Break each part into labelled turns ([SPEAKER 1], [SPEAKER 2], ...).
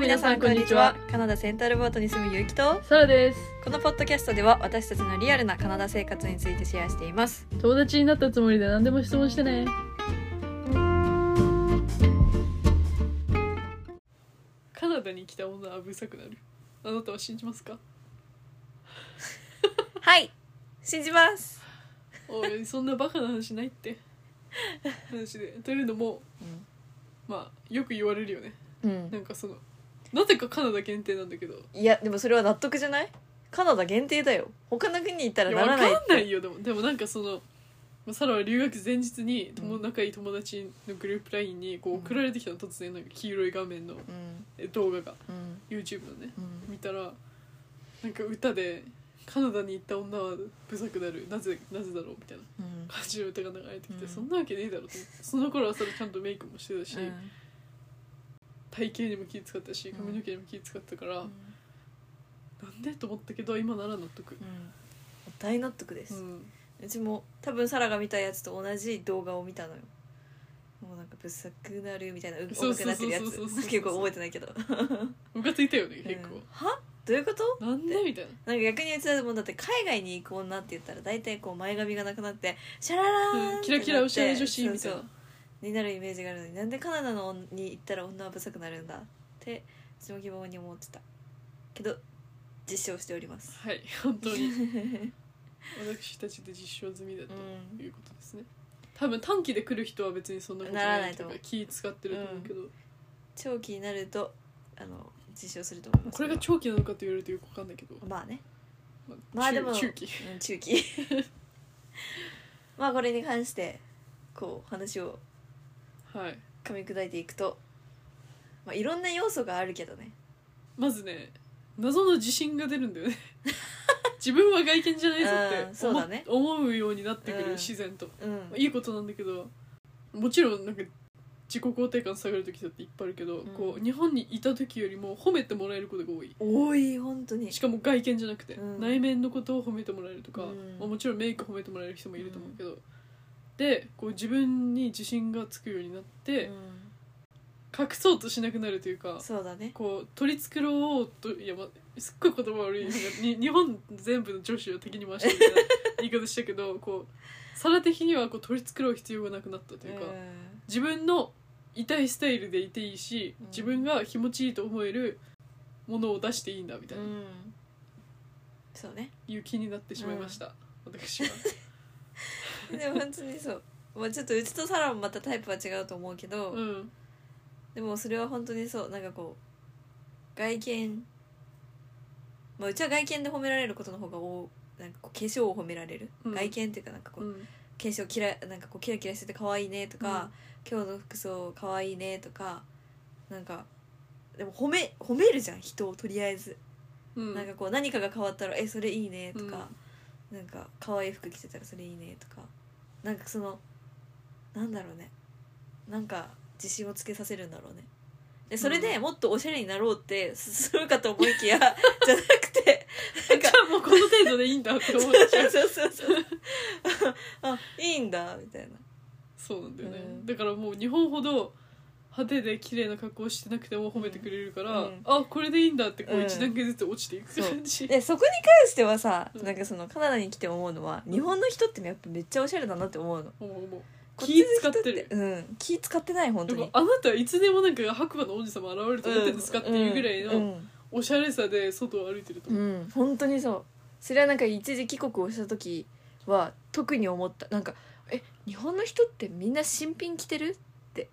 [SPEAKER 1] 皆さんこんにちはカナダセンタルボートに住むゆうきと
[SPEAKER 2] サラです
[SPEAKER 1] このポッドキャストでは私たちのリアルなカナダ生活についてシェアしています
[SPEAKER 2] 友達になったつもりで何でも質問してねカナダに来た女はぶさくなるあなたは信じますか
[SPEAKER 1] はい信じます
[SPEAKER 2] おいそんなバカな話ないって話でというのもまあよく言われるよね
[SPEAKER 1] うん
[SPEAKER 2] なんかそのなぜかカナダ限定なんだけど
[SPEAKER 1] いやでもそれは納得じゃないカナダ限定だよ他の国に行ったら
[SPEAKER 2] いや
[SPEAKER 1] な
[SPEAKER 2] わ
[SPEAKER 1] らない
[SPEAKER 2] かんないよでもでもなんかそのまあサラは留学前日に友
[SPEAKER 1] うん
[SPEAKER 2] 仲いい友達のグループ LINE にこう
[SPEAKER 1] うん
[SPEAKER 2] 送られてきたの突然なんか黄色い画面の
[SPEAKER 1] うん
[SPEAKER 2] え動画が
[SPEAKER 1] うん
[SPEAKER 2] YouTube のね
[SPEAKER 1] うん
[SPEAKER 2] 見たらなんか歌で「カナダに行った女はブサくなるなぜなぜだろう」みたいな
[SPEAKER 1] うん
[SPEAKER 2] 感じの歌が流れてきて、
[SPEAKER 1] うん
[SPEAKER 2] そんなわけねえだろうと思ってその頃はそれちゃんとメイクもしてたし、体型にも気使ったし
[SPEAKER 1] うん
[SPEAKER 2] 髪の毛にも気使ったか
[SPEAKER 1] う
[SPEAKER 2] ら、
[SPEAKER 1] ん
[SPEAKER 2] なんでと思ったけど今なら納得、
[SPEAKER 1] うん大納得で
[SPEAKER 2] う、
[SPEAKER 1] す、うんちも多分サラが見たやつと同じ動画を見たのよもうなんかぶさくなるみたいなう
[SPEAKER 2] そ
[SPEAKER 1] 音
[SPEAKER 2] うそ
[SPEAKER 1] 楽に
[SPEAKER 2] う
[SPEAKER 1] なって
[SPEAKER 2] そうそうそう
[SPEAKER 1] るやつ
[SPEAKER 2] そうそう
[SPEAKER 1] 結構覚えてないけど
[SPEAKER 2] ムカついたよね結
[SPEAKER 1] うん
[SPEAKER 2] 構、
[SPEAKER 1] はどういうこと
[SPEAKER 2] なんでみたいな
[SPEAKER 1] なんか逆にうちだもんだって海外に行こうなって言ったら大体こう前髪がなくなってシャララー
[SPEAKER 2] う
[SPEAKER 1] ンってなって、
[SPEAKER 2] んキラキラおしゃれ女子みたい
[SPEAKER 1] そう
[SPEAKER 2] な
[SPEAKER 1] そうになるイメージがあるのになんでカナダの女に行ったら女はブサくなるんだってうちも疑問に思ってたけど実証しております
[SPEAKER 2] はい本当に私たちで実証済みだと
[SPEAKER 1] うん
[SPEAKER 2] いうことですね多分短期で来る人は別にそんなこと
[SPEAKER 1] ならない
[SPEAKER 2] というか
[SPEAKER 1] い
[SPEAKER 2] 気使ってると思うけど、
[SPEAKER 1] 長期になるとあの実証すると思います
[SPEAKER 2] これが長期なのかと言われるとよくわかんないけど、
[SPEAKER 1] まあね
[SPEAKER 2] まあ、
[SPEAKER 1] まあ
[SPEAKER 2] 中
[SPEAKER 1] でも
[SPEAKER 2] 中期
[SPEAKER 1] うん、中期 まあこれに関してこう話を
[SPEAKER 2] はい
[SPEAKER 1] 噛み砕いていくと、まあ、いろんな要素があるけどね
[SPEAKER 2] まずね謎の自信が出るんだ よね自分は外見じゃないぞって
[SPEAKER 1] うん
[SPEAKER 2] 思
[SPEAKER 1] そうだね
[SPEAKER 2] 思うようになってくる、
[SPEAKER 1] うん
[SPEAKER 2] 自然と
[SPEAKER 1] うん
[SPEAKER 2] いいことなんだけどもちろんなんか自己肯定感下がる時だっていっぱいあるけど、
[SPEAKER 1] ん
[SPEAKER 2] こう日本にいた時よりも褒めてもらえることが多い
[SPEAKER 1] 多い本当に
[SPEAKER 2] しかも外見じゃなくて、
[SPEAKER 1] うん
[SPEAKER 2] 内面のことを褒めてもらえるとか、
[SPEAKER 1] うん
[SPEAKER 2] まあもちろんメイク褒めてもらえる人もいると思うけど、でこう自分に自信がつくようになって、
[SPEAKER 1] う
[SPEAKER 2] 隠そうとしなくなるというか
[SPEAKER 1] ん、そうだね
[SPEAKER 2] こう取り繕おうといや、ま、すっごい言葉悪いですがに日本全部の女子を敵に回してるみたいな言い方したけどこう皿的にはこう取り繕う必要がなくなったというか、
[SPEAKER 1] うん
[SPEAKER 2] 自分のいたいスタイルでいていいし
[SPEAKER 1] うん
[SPEAKER 2] 自分が気持ちいいと思えるものを出していいんだみたいな、
[SPEAKER 1] うんそうね
[SPEAKER 2] いう気になってしまいました、私は
[SPEAKER 1] でも本当にそう まあちょっとうちとサラもまたタイプは違うと思うけど、
[SPEAKER 2] うん
[SPEAKER 1] でもそれは本当にそうなんかこう外見まあうちは外見で褒められることの方が多なんかこう化粧を褒められる、
[SPEAKER 2] うん
[SPEAKER 1] 外見っていうかなんかこ
[SPEAKER 2] う
[SPEAKER 1] う、
[SPEAKER 2] ん
[SPEAKER 1] 化粧キラなんかこうキラキラしてて可愛いねとか、今日の服装可愛いねとかなんかでも褒め褒めるじゃん人をとりあえず、
[SPEAKER 2] うん
[SPEAKER 1] なんかこう何かが変わったら「えそれいいね」とか、なんか可愛い服着てたら「それいいね」とかなんかそのなんだろうねなんか自信をつけさせるんだろうねでそれでもっとおしゃれになろうって進むかと思 いきやじゃなくてなん
[SPEAKER 2] じ
[SPEAKER 1] か
[SPEAKER 2] ゃあもうこの程度でいいんだって思っちゃ
[SPEAKER 1] そう
[SPEAKER 2] う
[SPEAKER 1] そうそうそうあいいんだみたいな
[SPEAKER 2] そうなんだよね、
[SPEAKER 1] うん
[SPEAKER 2] だからもう日本ほど派手で綺麗な格好してなくても褒めてくれるから、
[SPEAKER 1] うん
[SPEAKER 2] あこれでいいんだってこ
[SPEAKER 1] う
[SPEAKER 2] うん一段階ずつ落ちていく
[SPEAKER 1] そう
[SPEAKER 2] 感じ、
[SPEAKER 1] でそこに関してはさ、
[SPEAKER 2] うん
[SPEAKER 1] なんかそのカナダに来て思うのは日本の人ってやっぱめっちゃおしゃれだなって思うの
[SPEAKER 2] 思う思う
[SPEAKER 1] こ
[SPEAKER 2] 気
[SPEAKER 1] ちの人
[SPEAKER 2] 使ってる
[SPEAKER 1] うん気使ってない本
[SPEAKER 2] で
[SPEAKER 1] 当
[SPEAKER 2] も
[SPEAKER 1] に
[SPEAKER 2] あなたはいつでもなんか白馬の王子様現れると思ってるんですかっていうぐらい
[SPEAKER 1] うん
[SPEAKER 2] のおしゃれさで外を歩いてると
[SPEAKER 1] うん
[SPEAKER 2] 思う、
[SPEAKER 1] うん本当にそうそれはなんか一時帰国をした時は特に思ったなんかえ日本の人ってみんな新品着てる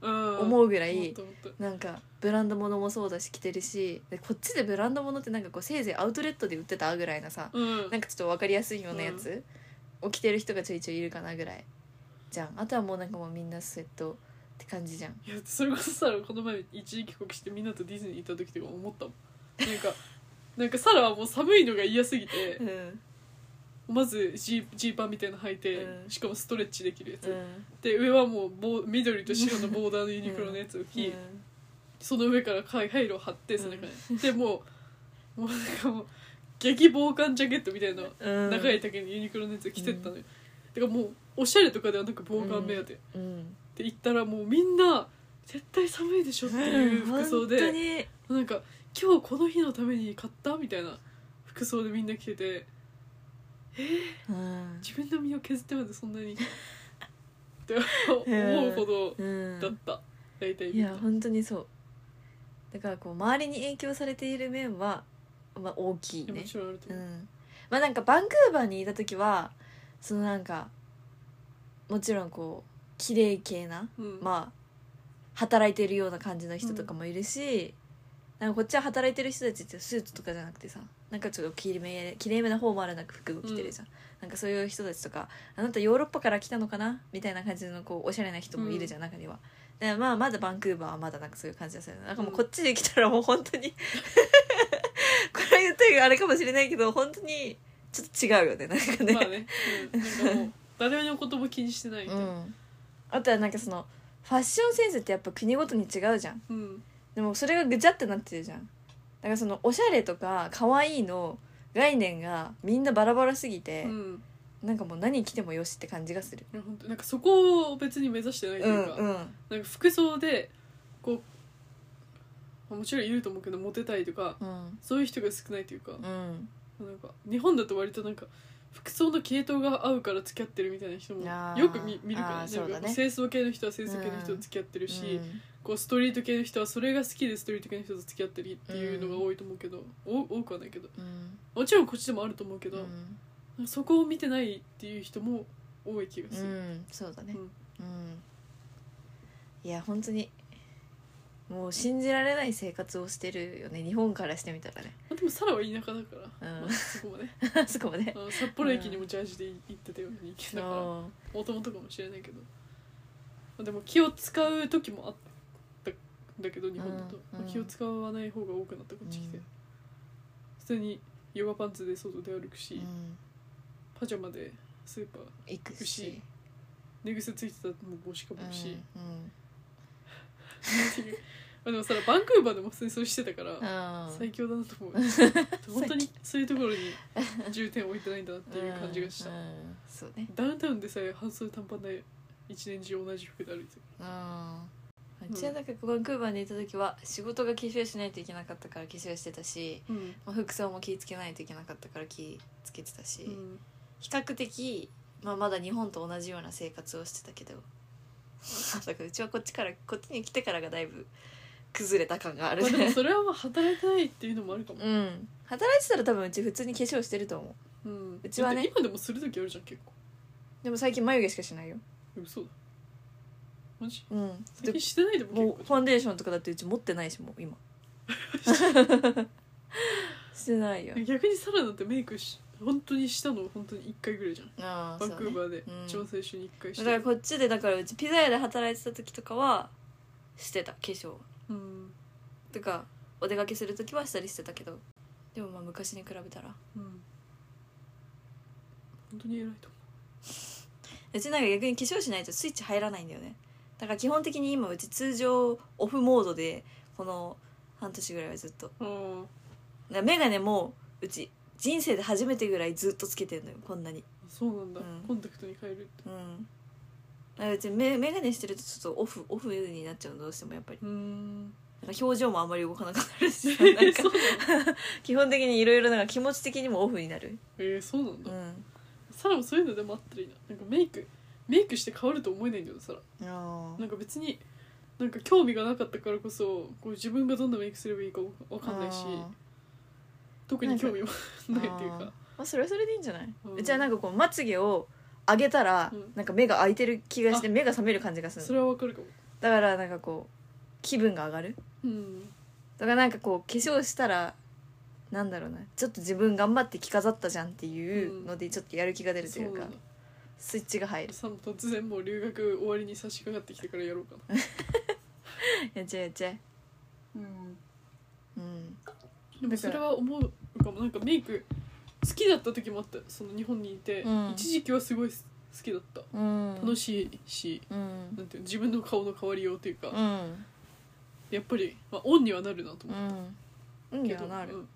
[SPEAKER 2] うん
[SPEAKER 1] 思うぐら
[SPEAKER 2] 思っ
[SPEAKER 1] い
[SPEAKER 2] た思った
[SPEAKER 1] なんかブランド物もそうだし着てるしでこっちでブランド物ってなんかこうせいぜいアウトレットで売ってたぐらいなさ、
[SPEAKER 2] うん
[SPEAKER 1] なんかちょっと分かりやすいようなやつ、起きてる人がちょいちょいいるかなぐらいじゃんあとはもうなんかもうみんなスウェットって感じじゃん
[SPEAKER 2] いやそれこそさこの前一時帰国してみんなとディズニー行った時とか思ったもんなんか なんかサラはもう寒いのが嫌すぎて
[SPEAKER 1] うん
[SPEAKER 2] まずジージーパンみたいなの履いて、
[SPEAKER 1] うん
[SPEAKER 2] しかもストレッチできるやつ、
[SPEAKER 1] うん
[SPEAKER 2] で上はもうボー緑と白のボーダーのユニクロのやつを着、その上からカイカイロを貼って背中に、でもうもうなんかもう激防寒ジャケットみたいな
[SPEAKER 1] うん
[SPEAKER 2] 長い丈のユニクロのやつを着てったのよ、だからもうおしゃれとかではなく防寒目当て、
[SPEAKER 1] うん
[SPEAKER 2] って言ったらもうみんな絶対寒いでしょっていう服装
[SPEAKER 1] 本当
[SPEAKER 2] で
[SPEAKER 1] に
[SPEAKER 2] なんか今日この日のために買ったみたいな服装でみんな着てて
[SPEAKER 1] うん
[SPEAKER 2] 自分の身を削ってまでそんなにって思うほど
[SPEAKER 1] うん
[SPEAKER 2] だった大体
[SPEAKER 1] い
[SPEAKER 2] みん
[SPEAKER 1] や
[SPEAKER 2] な
[SPEAKER 1] 本当にそうだからこう周りに影響されている面は、まあ、大きい
[SPEAKER 2] いや
[SPEAKER 1] ね
[SPEAKER 2] もちろんあると
[SPEAKER 1] う
[SPEAKER 2] 思うん
[SPEAKER 1] まあなんかバンクーバーにいた時はそのなんかもちろんこう綺麗系な
[SPEAKER 2] うん
[SPEAKER 1] まあ働いてるような感じの人とかもいるし、なんかこっちは働いてる人たちってスーツとかじゃなくてさなんかちょっときれいめきれいめなフォーマルな服を着てるじゃん、なんかそういう人たちとかあなたヨーロッパから来たのかなみたいな感じのこうおしゃれな人もいるじゃん、中には。だからまあまだバンクーバーはまだなんかそういう感じがするなんかもうこっちで来たらもう本当にこれ言ったらあれかもしれないけど本当にちょっと違うよねなんかね。
[SPEAKER 2] まあね、うん、なんかもう誰のことも気にしてないみ
[SPEAKER 1] う
[SPEAKER 2] たいな、
[SPEAKER 1] ん、あとはなんかそのファッションセンスってやっぱ国ごとに違うじゃん。
[SPEAKER 2] うん
[SPEAKER 1] でもそれがぐちゃってなってるじゃんだからそのおしゃれとか可愛いの概念がみんなバラバラすぎて
[SPEAKER 2] う、ん、
[SPEAKER 1] なんかもう何着てもよしって感じがする
[SPEAKER 2] いや本当なんかそこを別に目指してないと
[SPEAKER 1] う
[SPEAKER 2] いうんか、
[SPEAKER 1] うん
[SPEAKER 2] なんか服装でこうまあもちろんいると思うけどモテたいとか
[SPEAKER 1] うん
[SPEAKER 2] そういう人が少ないというか、
[SPEAKER 1] うん
[SPEAKER 2] なんか日本だと割となんか服装の系統が合うから付き合ってるみたいな人も
[SPEAKER 1] あー
[SPEAKER 2] よく見見るから
[SPEAKER 1] あ
[SPEAKER 2] なん
[SPEAKER 1] ーそうだ
[SPEAKER 2] か
[SPEAKER 1] ね
[SPEAKER 2] 清掃系の人は清掃系の人と付き合ってるし、こうストリート系の人はそれが好きでストリート系の人と付き合ってるっていうのが多いと思うけど、お多くはないけど
[SPEAKER 1] うん
[SPEAKER 2] もちろんこっちでもあると思うけ
[SPEAKER 1] う
[SPEAKER 2] ど、
[SPEAKER 1] ん
[SPEAKER 2] なんかそこを見てないっていう人も多い気が
[SPEAKER 1] う
[SPEAKER 2] する、
[SPEAKER 1] んそうだねうん、いや本当にもう信じられない生活をしてるよね日本からしてみたらね
[SPEAKER 2] まあでもサラは田舎だから、
[SPEAKER 1] うん
[SPEAKER 2] まあそこまで
[SPEAKER 1] あそこまで
[SPEAKER 2] あの札幌駅にもジャージで行ってたように行けたから
[SPEAKER 1] うん
[SPEAKER 2] もともとかもしれないけどまあでも気を使う時もあったんだけど日本だと、
[SPEAKER 1] うんうん
[SPEAKER 2] 気を使わない方が多くなったこっち来て、
[SPEAKER 1] うん
[SPEAKER 2] 普通にヨガパンツで外で歩くし、
[SPEAKER 1] うん
[SPEAKER 2] パジャマでスーパー
[SPEAKER 1] 行くし
[SPEAKER 2] 牛寝癖ついてたらもう帽子かぶる し、
[SPEAKER 1] うん
[SPEAKER 2] っていうまあでもさバンクーバーでも普通にそうしてたから、
[SPEAKER 1] うん
[SPEAKER 2] 最強だなと 思う本当にそういうところに重点を置いてないんだなっていう感じがした、
[SPEAKER 1] うんうんそうね
[SPEAKER 2] ダウンタウンでさえ半袖短パンで一年中同じ服で歩いてる
[SPEAKER 1] うんうちはなんかバンクーバーにいた時は仕事が化粧しないといけなかったから化粧してたし、
[SPEAKER 2] うん
[SPEAKER 1] まあ、服装も気ぃつけないといけなかったから気ぃつけてたし、
[SPEAKER 2] うん
[SPEAKER 1] 比較的、まあ、まだ日本と同じような生活をして たけどだからうちはこっちからこっちに来てからがだいぶ崩れた感がある
[SPEAKER 2] まあでも
[SPEAKER 1] ね
[SPEAKER 2] それはまあ働いてないっていうのもあるかも、
[SPEAKER 1] うん働いてたら多分うち普通に化粧してると思う
[SPEAKER 2] うん、
[SPEAKER 1] うちはね
[SPEAKER 2] だって今でもする時あるじゃん結構
[SPEAKER 1] でも最近眉毛しかしないよ
[SPEAKER 2] 嘘だマジ
[SPEAKER 1] うん
[SPEAKER 2] 最近してないでも
[SPEAKER 1] もう
[SPEAKER 2] 結
[SPEAKER 1] ファンデーションとかだってうち持ってないしも う今 してないよ
[SPEAKER 2] 構逆にサラなんてメイクし本当にしたの本当に1回ぐらいじゃん
[SPEAKER 1] ああ
[SPEAKER 2] バンクーバーで
[SPEAKER 1] うん
[SPEAKER 2] 一番最初に1回し
[SPEAKER 1] だ
[SPEAKER 2] て、
[SPEAKER 1] からこっちでだからうちピザ屋で働いてた時とかはしてた化粧
[SPEAKER 2] うん
[SPEAKER 1] とかお出かけする時はしたりしてたけどでもまあ昔に比べたら
[SPEAKER 2] うん本当に偉いと思
[SPEAKER 1] うちなんか逆に化粧しないとスイッチ入らないんだよねだから基本的に今うち通常オフモードでこの半年ぐらいはずっとだか
[SPEAKER 2] うあ
[SPEAKER 1] ら眼鏡もうち人生で初めてぐらいずっとつけてんのよこんなに
[SPEAKER 2] あそうなんだ、
[SPEAKER 1] うん
[SPEAKER 2] コンタクトに変えるって
[SPEAKER 1] うんだからうちメメガネしてるとちょっとオフオフになっちゃうのどうしてもやっぱり
[SPEAKER 2] うーん
[SPEAKER 1] なんか表情もあんまり動かなくなるし
[SPEAKER 2] え
[SPEAKER 1] なん か
[SPEAKER 2] そうなんだ
[SPEAKER 1] 基本的にいろいろなんか気持ち的にもオフになる
[SPEAKER 2] えー、そうなん
[SPEAKER 1] う
[SPEAKER 2] だ、
[SPEAKER 1] ん
[SPEAKER 2] サラもそういうのでもあったらいいななんかメイクメイクして変わると思えないんだよサラ
[SPEAKER 1] あ
[SPEAKER 2] なんか別になんか興味がなかったからこそこう自分がどんなメイクすればいいかわかんないし特に興味もないっていうか
[SPEAKER 1] まあ、それはそれでいいんじゃない、
[SPEAKER 2] う
[SPEAKER 1] うんちはなんかこうまつげを上げたら、
[SPEAKER 2] うん
[SPEAKER 1] なんか目が開いてる気がして目が覚める感じがす
[SPEAKER 2] そ
[SPEAKER 1] る
[SPEAKER 2] れはわかるかも
[SPEAKER 1] だからなんかこう気分が上がる
[SPEAKER 2] うん
[SPEAKER 1] だからなんかこう化粧したらなんだろうなちょっと自分頑張って着飾ったじゃんっていうのでちょっとやる気が出ると
[SPEAKER 2] そう
[SPEAKER 1] い
[SPEAKER 2] な
[SPEAKER 1] うんか、
[SPEAKER 2] だ
[SPEAKER 1] スイッチが入る
[SPEAKER 2] さも突然もう留学終わりに差し掛かってきてからやろうかな
[SPEAKER 1] やっちゃえやっちゃえ
[SPEAKER 2] うん
[SPEAKER 1] うん
[SPEAKER 2] でもそれは思うかもなんかメイク好きだった時もあったその日本にいて、
[SPEAKER 1] うん
[SPEAKER 2] 一時期はすごい好きだった
[SPEAKER 1] うん
[SPEAKER 2] 楽しいし、
[SPEAKER 1] うん
[SPEAKER 2] なんていうの自分の顔の変わりようというか、
[SPEAKER 1] うん
[SPEAKER 2] やっぱり、まあ、オンにはなるなと
[SPEAKER 1] う
[SPEAKER 2] 思
[SPEAKER 1] ん
[SPEAKER 2] う
[SPEAKER 1] 運
[SPEAKER 2] け
[SPEAKER 1] 気
[SPEAKER 2] ど、
[SPEAKER 1] がなる、
[SPEAKER 2] う
[SPEAKER 1] うん
[SPEAKER 2] ん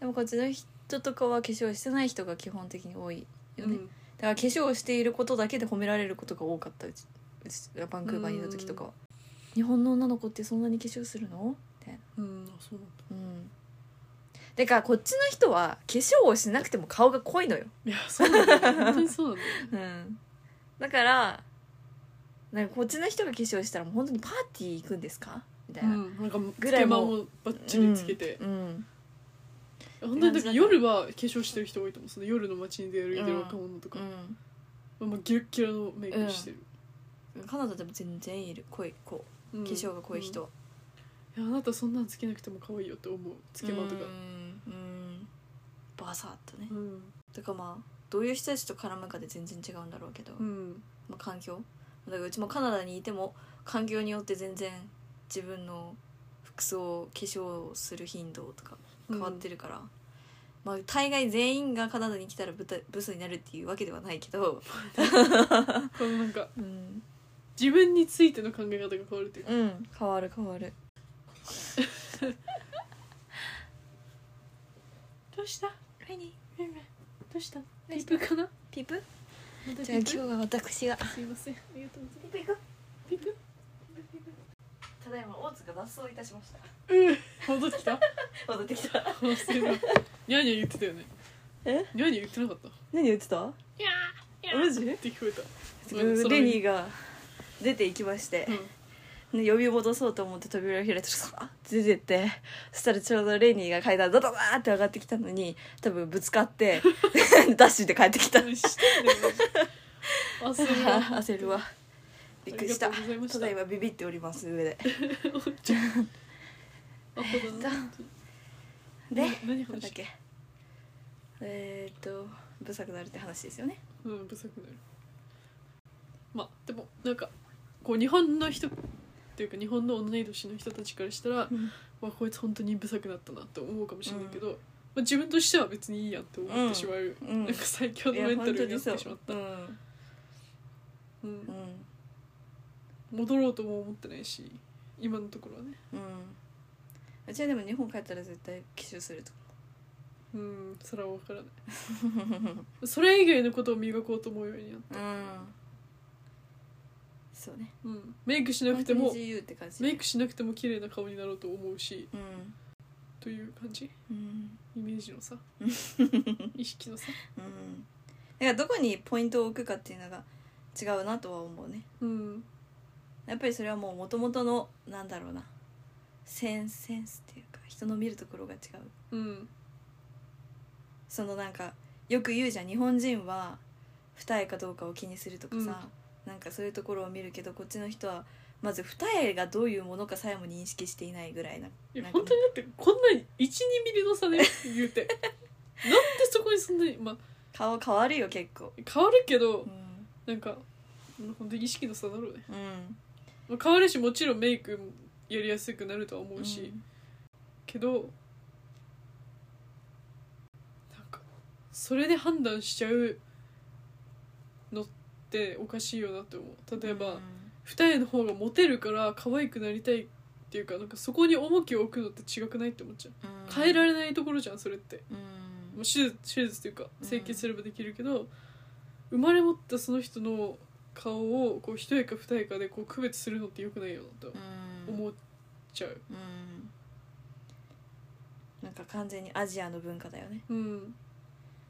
[SPEAKER 1] でもこっちの人とかは化粧してない人が基本的に多いよね、
[SPEAKER 2] うん
[SPEAKER 1] だから化粧をしていることだけで褒められることが多かったうちうちバンクーバーにいた時とかは、日本の女の子ってそんなに化粧するのみたいな
[SPEAKER 2] うんあそうなんだ
[SPEAKER 1] うんだからこっちの人は化粧をしなくても顔が濃いのよ、
[SPEAKER 2] いやそうなんだよ本当にそうなんだよ
[SPEAKER 1] うん、だからなんかこっちの人が化粧したらもう本当にパーティー行くんですかみたいな、
[SPEAKER 2] うん、なんか
[SPEAKER 1] ぐ
[SPEAKER 2] つ
[SPEAKER 1] らい
[SPEAKER 2] けま
[SPEAKER 1] も
[SPEAKER 2] もバッチリつけて、
[SPEAKER 1] うん
[SPEAKER 2] 本当にだから夜は化粧してる人多いと思うその夜の街に出歩いてる若者とか
[SPEAKER 1] う、ん
[SPEAKER 2] もうギラッギラのメイクしてる、
[SPEAKER 1] カナダでも全然いる濃い子
[SPEAKER 2] うん
[SPEAKER 1] 化粧が濃い人、は
[SPEAKER 2] うんいやあなたそんなんつけなくても可愛いよって思うつけまとか
[SPEAKER 1] うんうんバサッとね
[SPEAKER 2] うん
[SPEAKER 1] だからまあどういう人たちと絡むかで全然違うんだろうけど、
[SPEAKER 2] うん
[SPEAKER 1] まあ、環境だからうちもカナダにいても環境によって全然自分の服装化粧する頻度とか変わってるから、まあ大概全員がカナダに来たらブタブスになるっていうわけではないけど、
[SPEAKER 2] このなんか
[SPEAKER 1] うん、
[SPEAKER 2] 自分についての考え方が変わるっていうか
[SPEAKER 1] うん、変わる変わる
[SPEAKER 2] どうした
[SPEAKER 1] 何
[SPEAKER 2] メイメイどうした
[SPEAKER 1] どう
[SPEAKER 2] ピ
[SPEAKER 1] し
[SPEAKER 2] ープかな
[SPEAKER 1] ピープ
[SPEAKER 2] また
[SPEAKER 1] じゃあ今
[SPEAKER 2] ピー
[SPEAKER 1] 日は私が
[SPEAKER 2] プすいませんありがとうございま
[SPEAKER 1] ピープ行く
[SPEAKER 2] すピープ
[SPEAKER 1] ただいま大津が脱走いたしました
[SPEAKER 2] 戻ってきた
[SPEAKER 1] 戻ってきた
[SPEAKER 2] 忘れる ニャーニャー言ってたよね
[SPEAKER 1] え
[SPEAKER 2] ニャーニャー言ってなかった
[SPEAKER 1] 何言ってた
[SPEAKER 2] ニャー
[SPEAKER 1] マジ
[SPEAKER 2] って聞こえたうんその
[SPEAKER 1] レニーが出ていきまして、
[SPEAKER 2] うん
[SPEAKER 1] ね呼び戻そうと思って扉を開いたらさーって出てってそしたらちょうどレニーが階段ドドバーって上がってきたのに多分ぶつかって ダッシュで帰ってきた
[SPEAKER 2] 何して んだよマジで焦るわ
[SPEAKER 1] 焦るわびっくりした
[SPEAKER 2] ありがとうございました
[SPEAKER 1] ただいまビビっております上で
[SPEAKER 2] あほどな
[SPEAKER 1] で
[SPEAKER 2] 何
[SPEAKER 1] なんだっ
[SPEAKER 2] 話
[SPEAKER 1] けえー、っと不作なるって話ですよね
[SPEAKER 2] うん不足になるまあでもなんかこう日本の人っていうか日本の同い年の人たちからしたら、
[SPEAKER 1] うん
[SPEAKER 2] わこいつ本当に不足だったなって思うかもしれないけど、まあ、自分としては別にいいやって思ってしまう、
[SPEAKER 1] うん
[SPEAKER 2] なんか最強
[SPEAKER 1] い
[SPEAKER 2] の
[SPEAKER 1] や
[SPEAKER 2] メンタ
[SPEAKER 1] 本当
[SPEAKER 2] ルになっ
[SPEAKER 1] にそう
[SPEAKER 2] てしまった、
[SPEAKER 1] うん
[SPEAKER 2] うん
[SPEAKER 1] うん
[SPEAKER 2] 戻ろうとも思ってないし今のところはね
[SPEAKER 1] うんうちはでも日本帰ったら絶対帰収すると
[SPEAKER 2] うんそれは分からない それ以外のことを磨こうと思うようになった、
[SPEAKER 1] うんそうね
[SPEAKER 2] うん、メイクしなくても
[SPEAKER 1] 本当に自由って感じ
[SPEAKER 2] メイクしなくても綺麗な顔になろうと思うし
[SPEAKER 1] うん
[SPEAKER 2] という感じ
[SPEAKER 1] うん
[SPEAKER 2] イメージの さ意識のさ
[SPEAKER 1] うんだからどこにポイントを置くかっていうのが違うなとは思うね
[SPEAKER 2] うん
[SPEAKER 1] やっぱりそれはもう元々のなんだろうなセンセンスっていうか人の見るところが違う
[SPEAKER 2] うん
[SPEAKER 1] そのなんかよく言うじゃん日本人は二重かどうかを気にするとかさ、なんかそういうところを見るけどこっちの人はまず二重がどういうものかさえも認識していないぐらいない
[SPEAKER 2] や
[SPEAKER 1] なんか
[SPEAKER 2] 本当にだってこんな12ミリの差で言う てなんでそこにそんなにまあ
[SPEAKER 1] 顔変わるよ結構
[SPEAKER 2] 変わるけど
[SPEAKER 1] うん、
[SPEAKER 2] なんかうん本当に意識の差だろうね、
[SPEAKER 1] うん
[SPEAKER 2] まあ、変わるしもちろんメイクもやりやすくなるとは思うし、
[SPEAKER 1] うん
[SPEAKER 2] けどなんかそれで判断しちゃうのっておかしいよなって思う例えば、二重の方がモテるから可愛くなりたいっていうかなんかそこに重きを置くのって違くないって思っちゃう
[SPEAKER 1] うん
[SPEAKER 2] 変えられないところじゃんそれって
[SPEAKER 1] うん
[SPEAKER 2] もう手術手術というか
[SPEAKER 1] うん
[SPEAKER 2] 整形すればできるけど、生まれ持ったその人の顔をこう一重か二重かでこう区別するのってよくないよなと
[SPEAKER 1] うん
[SPEAKER 2] 思っちゃう
[SPEAKER 1] うんなんか完全にアジアの文化だよね、
[SPEAKER 2] うん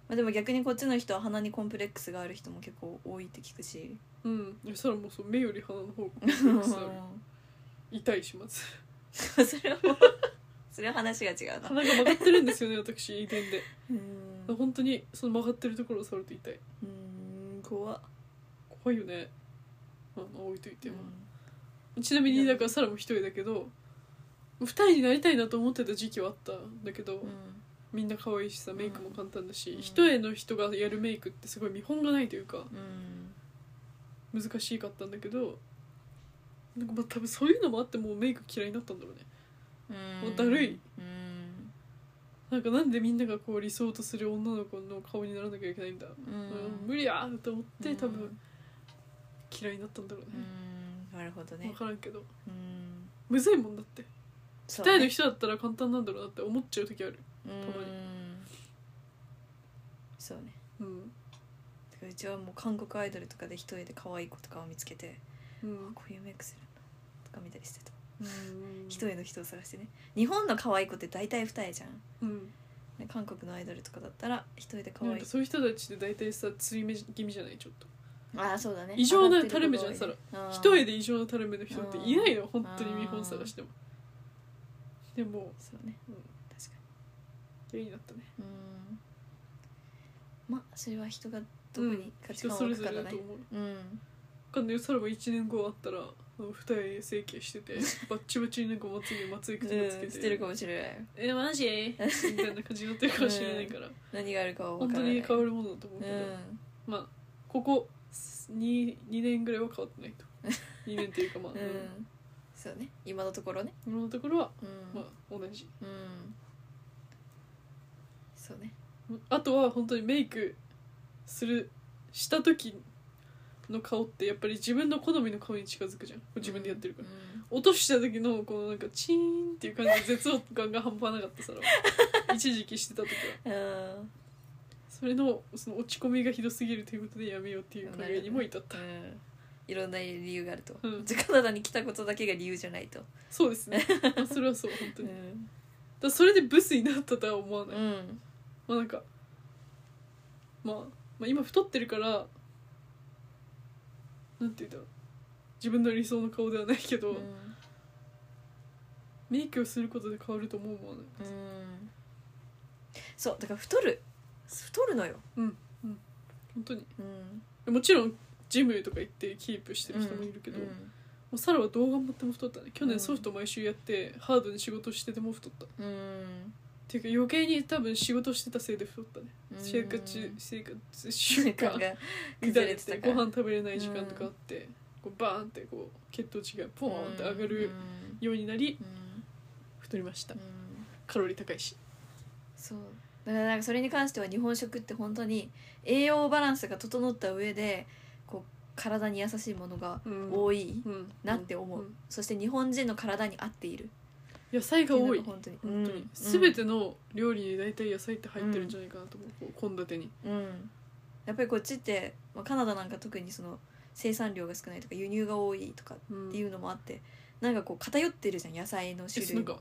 [SPEAKER 1] まあ、でも逆にこっちの人は鼻にコンプレックスがある人も結構多いって聞くし
[SPEAKER 2] うんいやそれはもうそう目より鼻の方がコンプレックスある痛いします
[SPEAKER 1] それはもうそれは話が違うな
[SPEAKER 2] 鼻が曲がってるんですよ ね私遺伝で
[SPEAKER 1] うん
[SPEAKER 2] 本当にその曲がってるところを触ると痛い
[SPEAKER 1] うん怖っ、
[SPEAKER 2] 怖いよねまあまあ置いといて、
[SPEAKER 1] うん
[SPEAKER 2] まあちなみにだからサラも一人だけど二人になりたいなと思ってた時期はあったんだけど、みんな可愛いしさメイクも簡単だし、
[SPEAKER 1] うん
[SPEAKER 2] 一重の人がやるメイクってすごい見本がないというか
[SPEAKER 1] うん
[SPEAKER 2] 難しかったんだけどなんかまあ多分そういうのもあってもうメイク嫌いになったんだろうねもうだるい
[SPEAKER 1] うん
[SPEAKER 2] なんかなんでみんながこう理想とする女の子の顔にならなきゃいけないんだ、
[SPEAKER 1] う
[SPEAKER 2] うん
[SPEAKER 1] ん
[SPEAKER 2] 無理やーと思って多分
[SPEAKER 1] う
[SPEAKER 2] 嫌いになったんだろうね、
[SPEAKER 1] んなるほど
[SPEAKER 2] わ
[SPEAKER 1] ね
[SPEAKER 2] からんけど
[SPEAKER 1] うん
[SPEAKER 2] むずいもんだって
[SPEAKER 1] そ
[SPEAKER 2] 二
[SPEAKER 1] うね
[SPEAKER 2] 重の人だったら簡単なんだろうなって思っちゃう時ある
[SPEAKER 1] うんそうね
[SPEAKER 2] うん、
[SPEAKER 1] だからうちはもう韓国アイドルとかで一人で可愛い子とかを見つけて
[SPEAKER 2] うん
[SPEAKER 1] こういうメイクするんだとか見たりしてた
[SPEAKER 2] うん
[SPEAKER 1] 一重の人を探してね日本の可愛い子って大体二重じゃん、
[SPEAKER 2] うん
[SPEAKER 1] ね韓国のアイドルとかだったら一重で可
[SPEAKER 2] なん
[SPEAKER 1] 愛い
[SPEAKER 2] かそういう人たちって大体さつり目気味じゃないちょっと
[SPEAKER 1] ああそうだね
[SPEAKER 2] 異常な
[SPEAKER 1] 上がってる子が多いね
[SPEAKER 2] 垂れ目
[SPEAKER 1] うん
[SPEAKER 2] 一重で異常なたるめの人っていないよ
[SPEAKER 1] うん
[SPEAKER 2] 本当に見本探してもでも
[SPEAKER 1] そうね、
[SPEAKER 2] うん
[SPEAKER 1] 確か
[SPEAKER 2] いやいいなったね
[SPEAKER 1] にうんまあそれは人がどこに価値
[SPEAKER 2] 人
[SPEAKER 1] 観を
[SPEAKER 2] それ
[SPEAKER 1] 置く
[SPEAKER 2] ぞ
[SPEAKER 1] か
[SPEAKER 2] れ
[SPEAKER 1] だ
[SPEAKER 2] だ
[SPEAKER 1] ね
[SPEAKER 2] と思う
[SPEAKER 1] うん
[SPEAKER 2] かんないさらば1年後あったらあの二重整形して てバッチバチになんかまつげまつげくつまつ
[SPEAKER 1] う
[SPEAKER 2] けて,、
[SPEAKER 1] ん、してるかもしれない
[SPEAKER 2] えマジみたいな感じになってるかもしれないから、
[SPEAKER 1] 何があるかは分
[SPEAKER 2] 本
[SPEAKER 1] か
[SPEAKER 2] 当
[SPEAKER 1] らない
[SPEAKER 2] に変わるものだと思うけど、まあここ 2, 2年ぐらいは変わってない と2年っていうかまあ、
[SPEAKER 1] うん、うん、そうね今のところね
[SPEAKER 2] 今のところは、
[SPEAKER 1] うん、
[SPEAKER 2] まあ、同じ
[SPEAKER 1] うんそうね
[SPEAKER 2] あとは本当にメイクするした時の顔ってやっぱり自分の好みの顔に近づくじゃん自分でやってるから、
[SPEAKER 1] うん
[SPEAKER 2] 落とした時のこのなんかチーンっていう感じで絶音感が半端なか ったさら一時期してた時は
[SPEAKER 1] うん
[SPEAKER 2] それのその落ち込みがひどすぎるということでやめようっていう考えにも至った、
[SPEAKER 1] うんいろんな理由があると、
[SPEAKER 2] うん
[SPEAKER 1] じゃあカナダに来たことだけが理由じゃないと、
[SPEAKER 2] そうです ねあそれはそう本当
[SPEAKER 1] う
[SPEAKER 2] に、だか
[SPEAKER 1] ん
[SPEAKER 2] らそれでブスになったとは思わない、
[SPEAKER 1] うん
[SPEAKER 2] まあなんか、まあ、まあ今太ってるからなんて言うんだろう自分の理想の顔ではないけど、
[SPEAKER 1] うん
[SPEAKER 2] メイクをすることで変わるとも思わない
[SPEAKER 1] うんそうだから太る太るのよ、
[SPEAKER 2] 本当に
[SPEAKER 1] うん、
[SPEAKER 2] もちろんジムとか行ってキープしてる人もいるけど、
[SPEAKER 1] うん
[SPEAKER 2] もうサラはどう頑張っても太ったね去
[SPEAKER 1] う
[SPEAKER 2] 年
[SPEAKER 1] ん
[SPEAKER 2] ソフト毎週やって、ハードに仕事してても太ったっ
[SPEAKER 1] うん
[SPEAKER 2] ていうか余計に多分仕事してたせいで太ったね、
[SPEAKER 1] うん
[SPEAKER 2] 生 活生活習
[SPEAKER 1] 習
[SPEAKER 2] 慣
[SPEAKER 1] 慣が
[SPEAKER 2] 乱
[SPEAKER 1] 崩
[SPEAKER 2] れ
[SPEAKER 1] れ
[SPEAKER 2] て
[SPEAKER 1] て
[SPEAKER 2] て
[SPEAKER 1] た
[SPEAKER 2] ご
[SPEAKER 1] から
[SPEAKER 2] 飯食べれない時間とかあって、こうバーンってこう血糖値がポーンって上がるようになり
[SPEAKER 1] うんうん
[SPEAKER 2] 太りました
[SPEAKER 1] うん
[SPEAKER 2] カロリー高いし
[SPEAKER 1] そうだからなんかそれに関しては日本食って本当に栄養バランスが整った上でこう体に優しいものが
[SPEAKER 2] 多
[SPEAKER 1] 多
[SPEAKER 2] い
[SPEAKER 1] い、なって思うそして日本人の体に合っている
[SPEAKER 2] 野菜が多い
[SPEAKER 1] ってうの本当に
[SPEAKER 2] 本当に、
[SPEAKER 1] うん
[SPEAKER 2] 全ての料理に大体野菜って入ってるんじゃないかなと思うこう献立に
[SPEAKER 1] うんやっぱりこっちって、まあ、カナダなんか特にその生産量が少ないとか輸入が多いとか
[SPEAKER 2] うん
[SPEAKER 1] っていうのもあってなんかこう偏ってるじゃん野菜の種
[SPEAKER 2] え
[SPEAKER 1] 類
[SPEAKER 2] なんか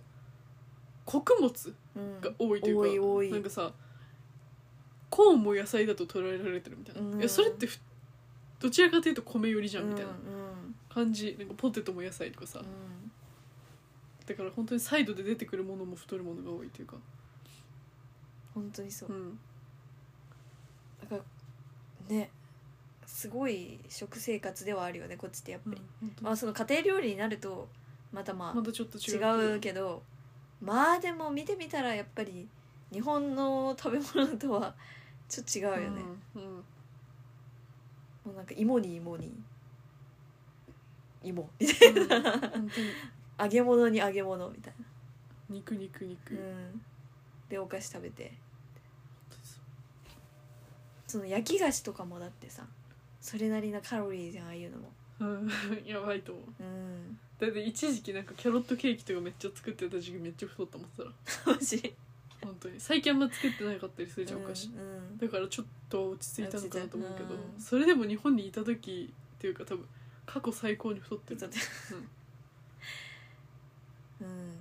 [SPEAKER 2] 穀物
[SPEAKER 1] うん
[SPEAKER 2] が多いというか、
[SPEAKER 1] 多い多い
[SPEAKER 2] なんかさコーンも野菜だと捉えられてるみたいな、
[SPEAKER 1] うん
[SPEAKER 2] いやそれってふどちらかというと米寄りじゃんみたいな
[SPEAKER 1] うんうん
[SPEAKER 2] 感じなんかポテトも野菜とかさ、
[SPEAKER 1] うん
[SPEAKER 2] だから本当にサイドで出てくるものも太るものが多いというか、
[SPEAKER 1] 本当にそう
[SPEAKER 2] うん、
[SPEAKER 1] だからねすごい食生活ではあるよねこっちってやっぱり、まあその家庭料理になるとまたま
[SPEAKER 2] ま
[SPEAKER 1] あ
[SPEAKER 2] たちょっと違う
[SPEAKER 1] 違うけどまあでも見てみたらやっぱり日本の食べ物とはちょっと違うよね、
[SPEAKER 2] うんうん
[SPEAKER 1] もうなんか芋に芋に芋
[SPEAKER 2] うん本当に
[SPEAKER 1] 揚げ物に揚げ物みたい
[SPEAKER 2] 肉肉肉、
[SPEAKER 1] な、うん、でお菓子食べてその焼き菓子とかもだってさそれなりなカロリーじゃんああいうのも
[SPEAKER 2] うん、 やばいと思う
[SPEAKER 1] うん
[SPEAKER 2] だって一時期なんかキャロットケーキとかめっちゃ作ってた時期めっちゃ太ったもんさら
[SPEAKER 1] 楽しい
[SPEAKER 2] 本当に最近あんま作ってなかったりするじゃん、お菓子
[SPEAKER 1] うん
[SPEAKER 2] だからちょっと落ち着いたのかなと思うけど、
[SPEAKER 1] 落ち着いたうん
[SPEAKER 2] それでも日本にいた時っていうか多分過去最高に太って
[SPEAKER 1] うん、
[SPEAKER 2] る
[SPEAKER 1] だってうん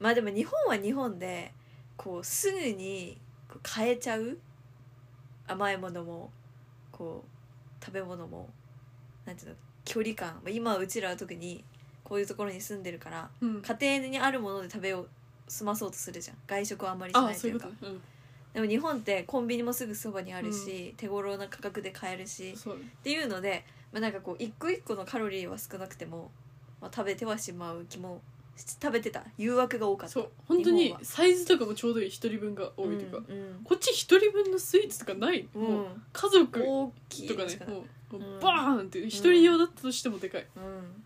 [SPEAKER 1] まあでも日本は日本でこうすぐにこう変えちゃう甘いものもこう食べ物もなんていうの距離感まあ今うちらは特にこういうところに住んでるから
[SPEAKER 2] うん、
[SPEAKER 1] 家庭にあるもので食べを済まそうとするじゃん外食はあんまりし
[SPEAKER 2] あ
[SPEAKER 1] ない
[SPEAKER 2] そ
[SPEAKER 1] と
[SPEAKER 2] う
[SPEAKER 1] い
[SPEAKER 2] いうう
[SPEAKER 1] か
[SPEAKER 2] ことね、
[SPEAKER 1] でも日本ってコンビニもすぐそばにあるし、手頃な価格で買える
[SPEAKER 2] う
[SPEAKER 1] し
[SPEAKER 2] ん、そうだね
[SPEAKER 1] っていうので、まあ、なんかこう一個一個のカロリーは少なくても、まあ、食べてはしまう気もし食べてた誘惑が多かった
[SPEAKER 2] そう本当に
[SPEAKER 1] 日本は
[SPEAKER 2] サイズとかもちょうどいい一人分が多いというか、
[SPEAKER 1] うん
[SPEAKER 2] こっち一人分のスイーツとかない、
[SPEAKER 1] うん
[SPEAKER 2] もう
[SPEAKER 1] うん
[SPEAKER 2] 家族
[SPEAKER 1] 大きい
[SPEAKER 2] とかね
[SPEAKER 1] しかない
[SPEAKER 2] もうもううんバーンって一人用だったとしてもでかい、
[SPEAKER 1] うん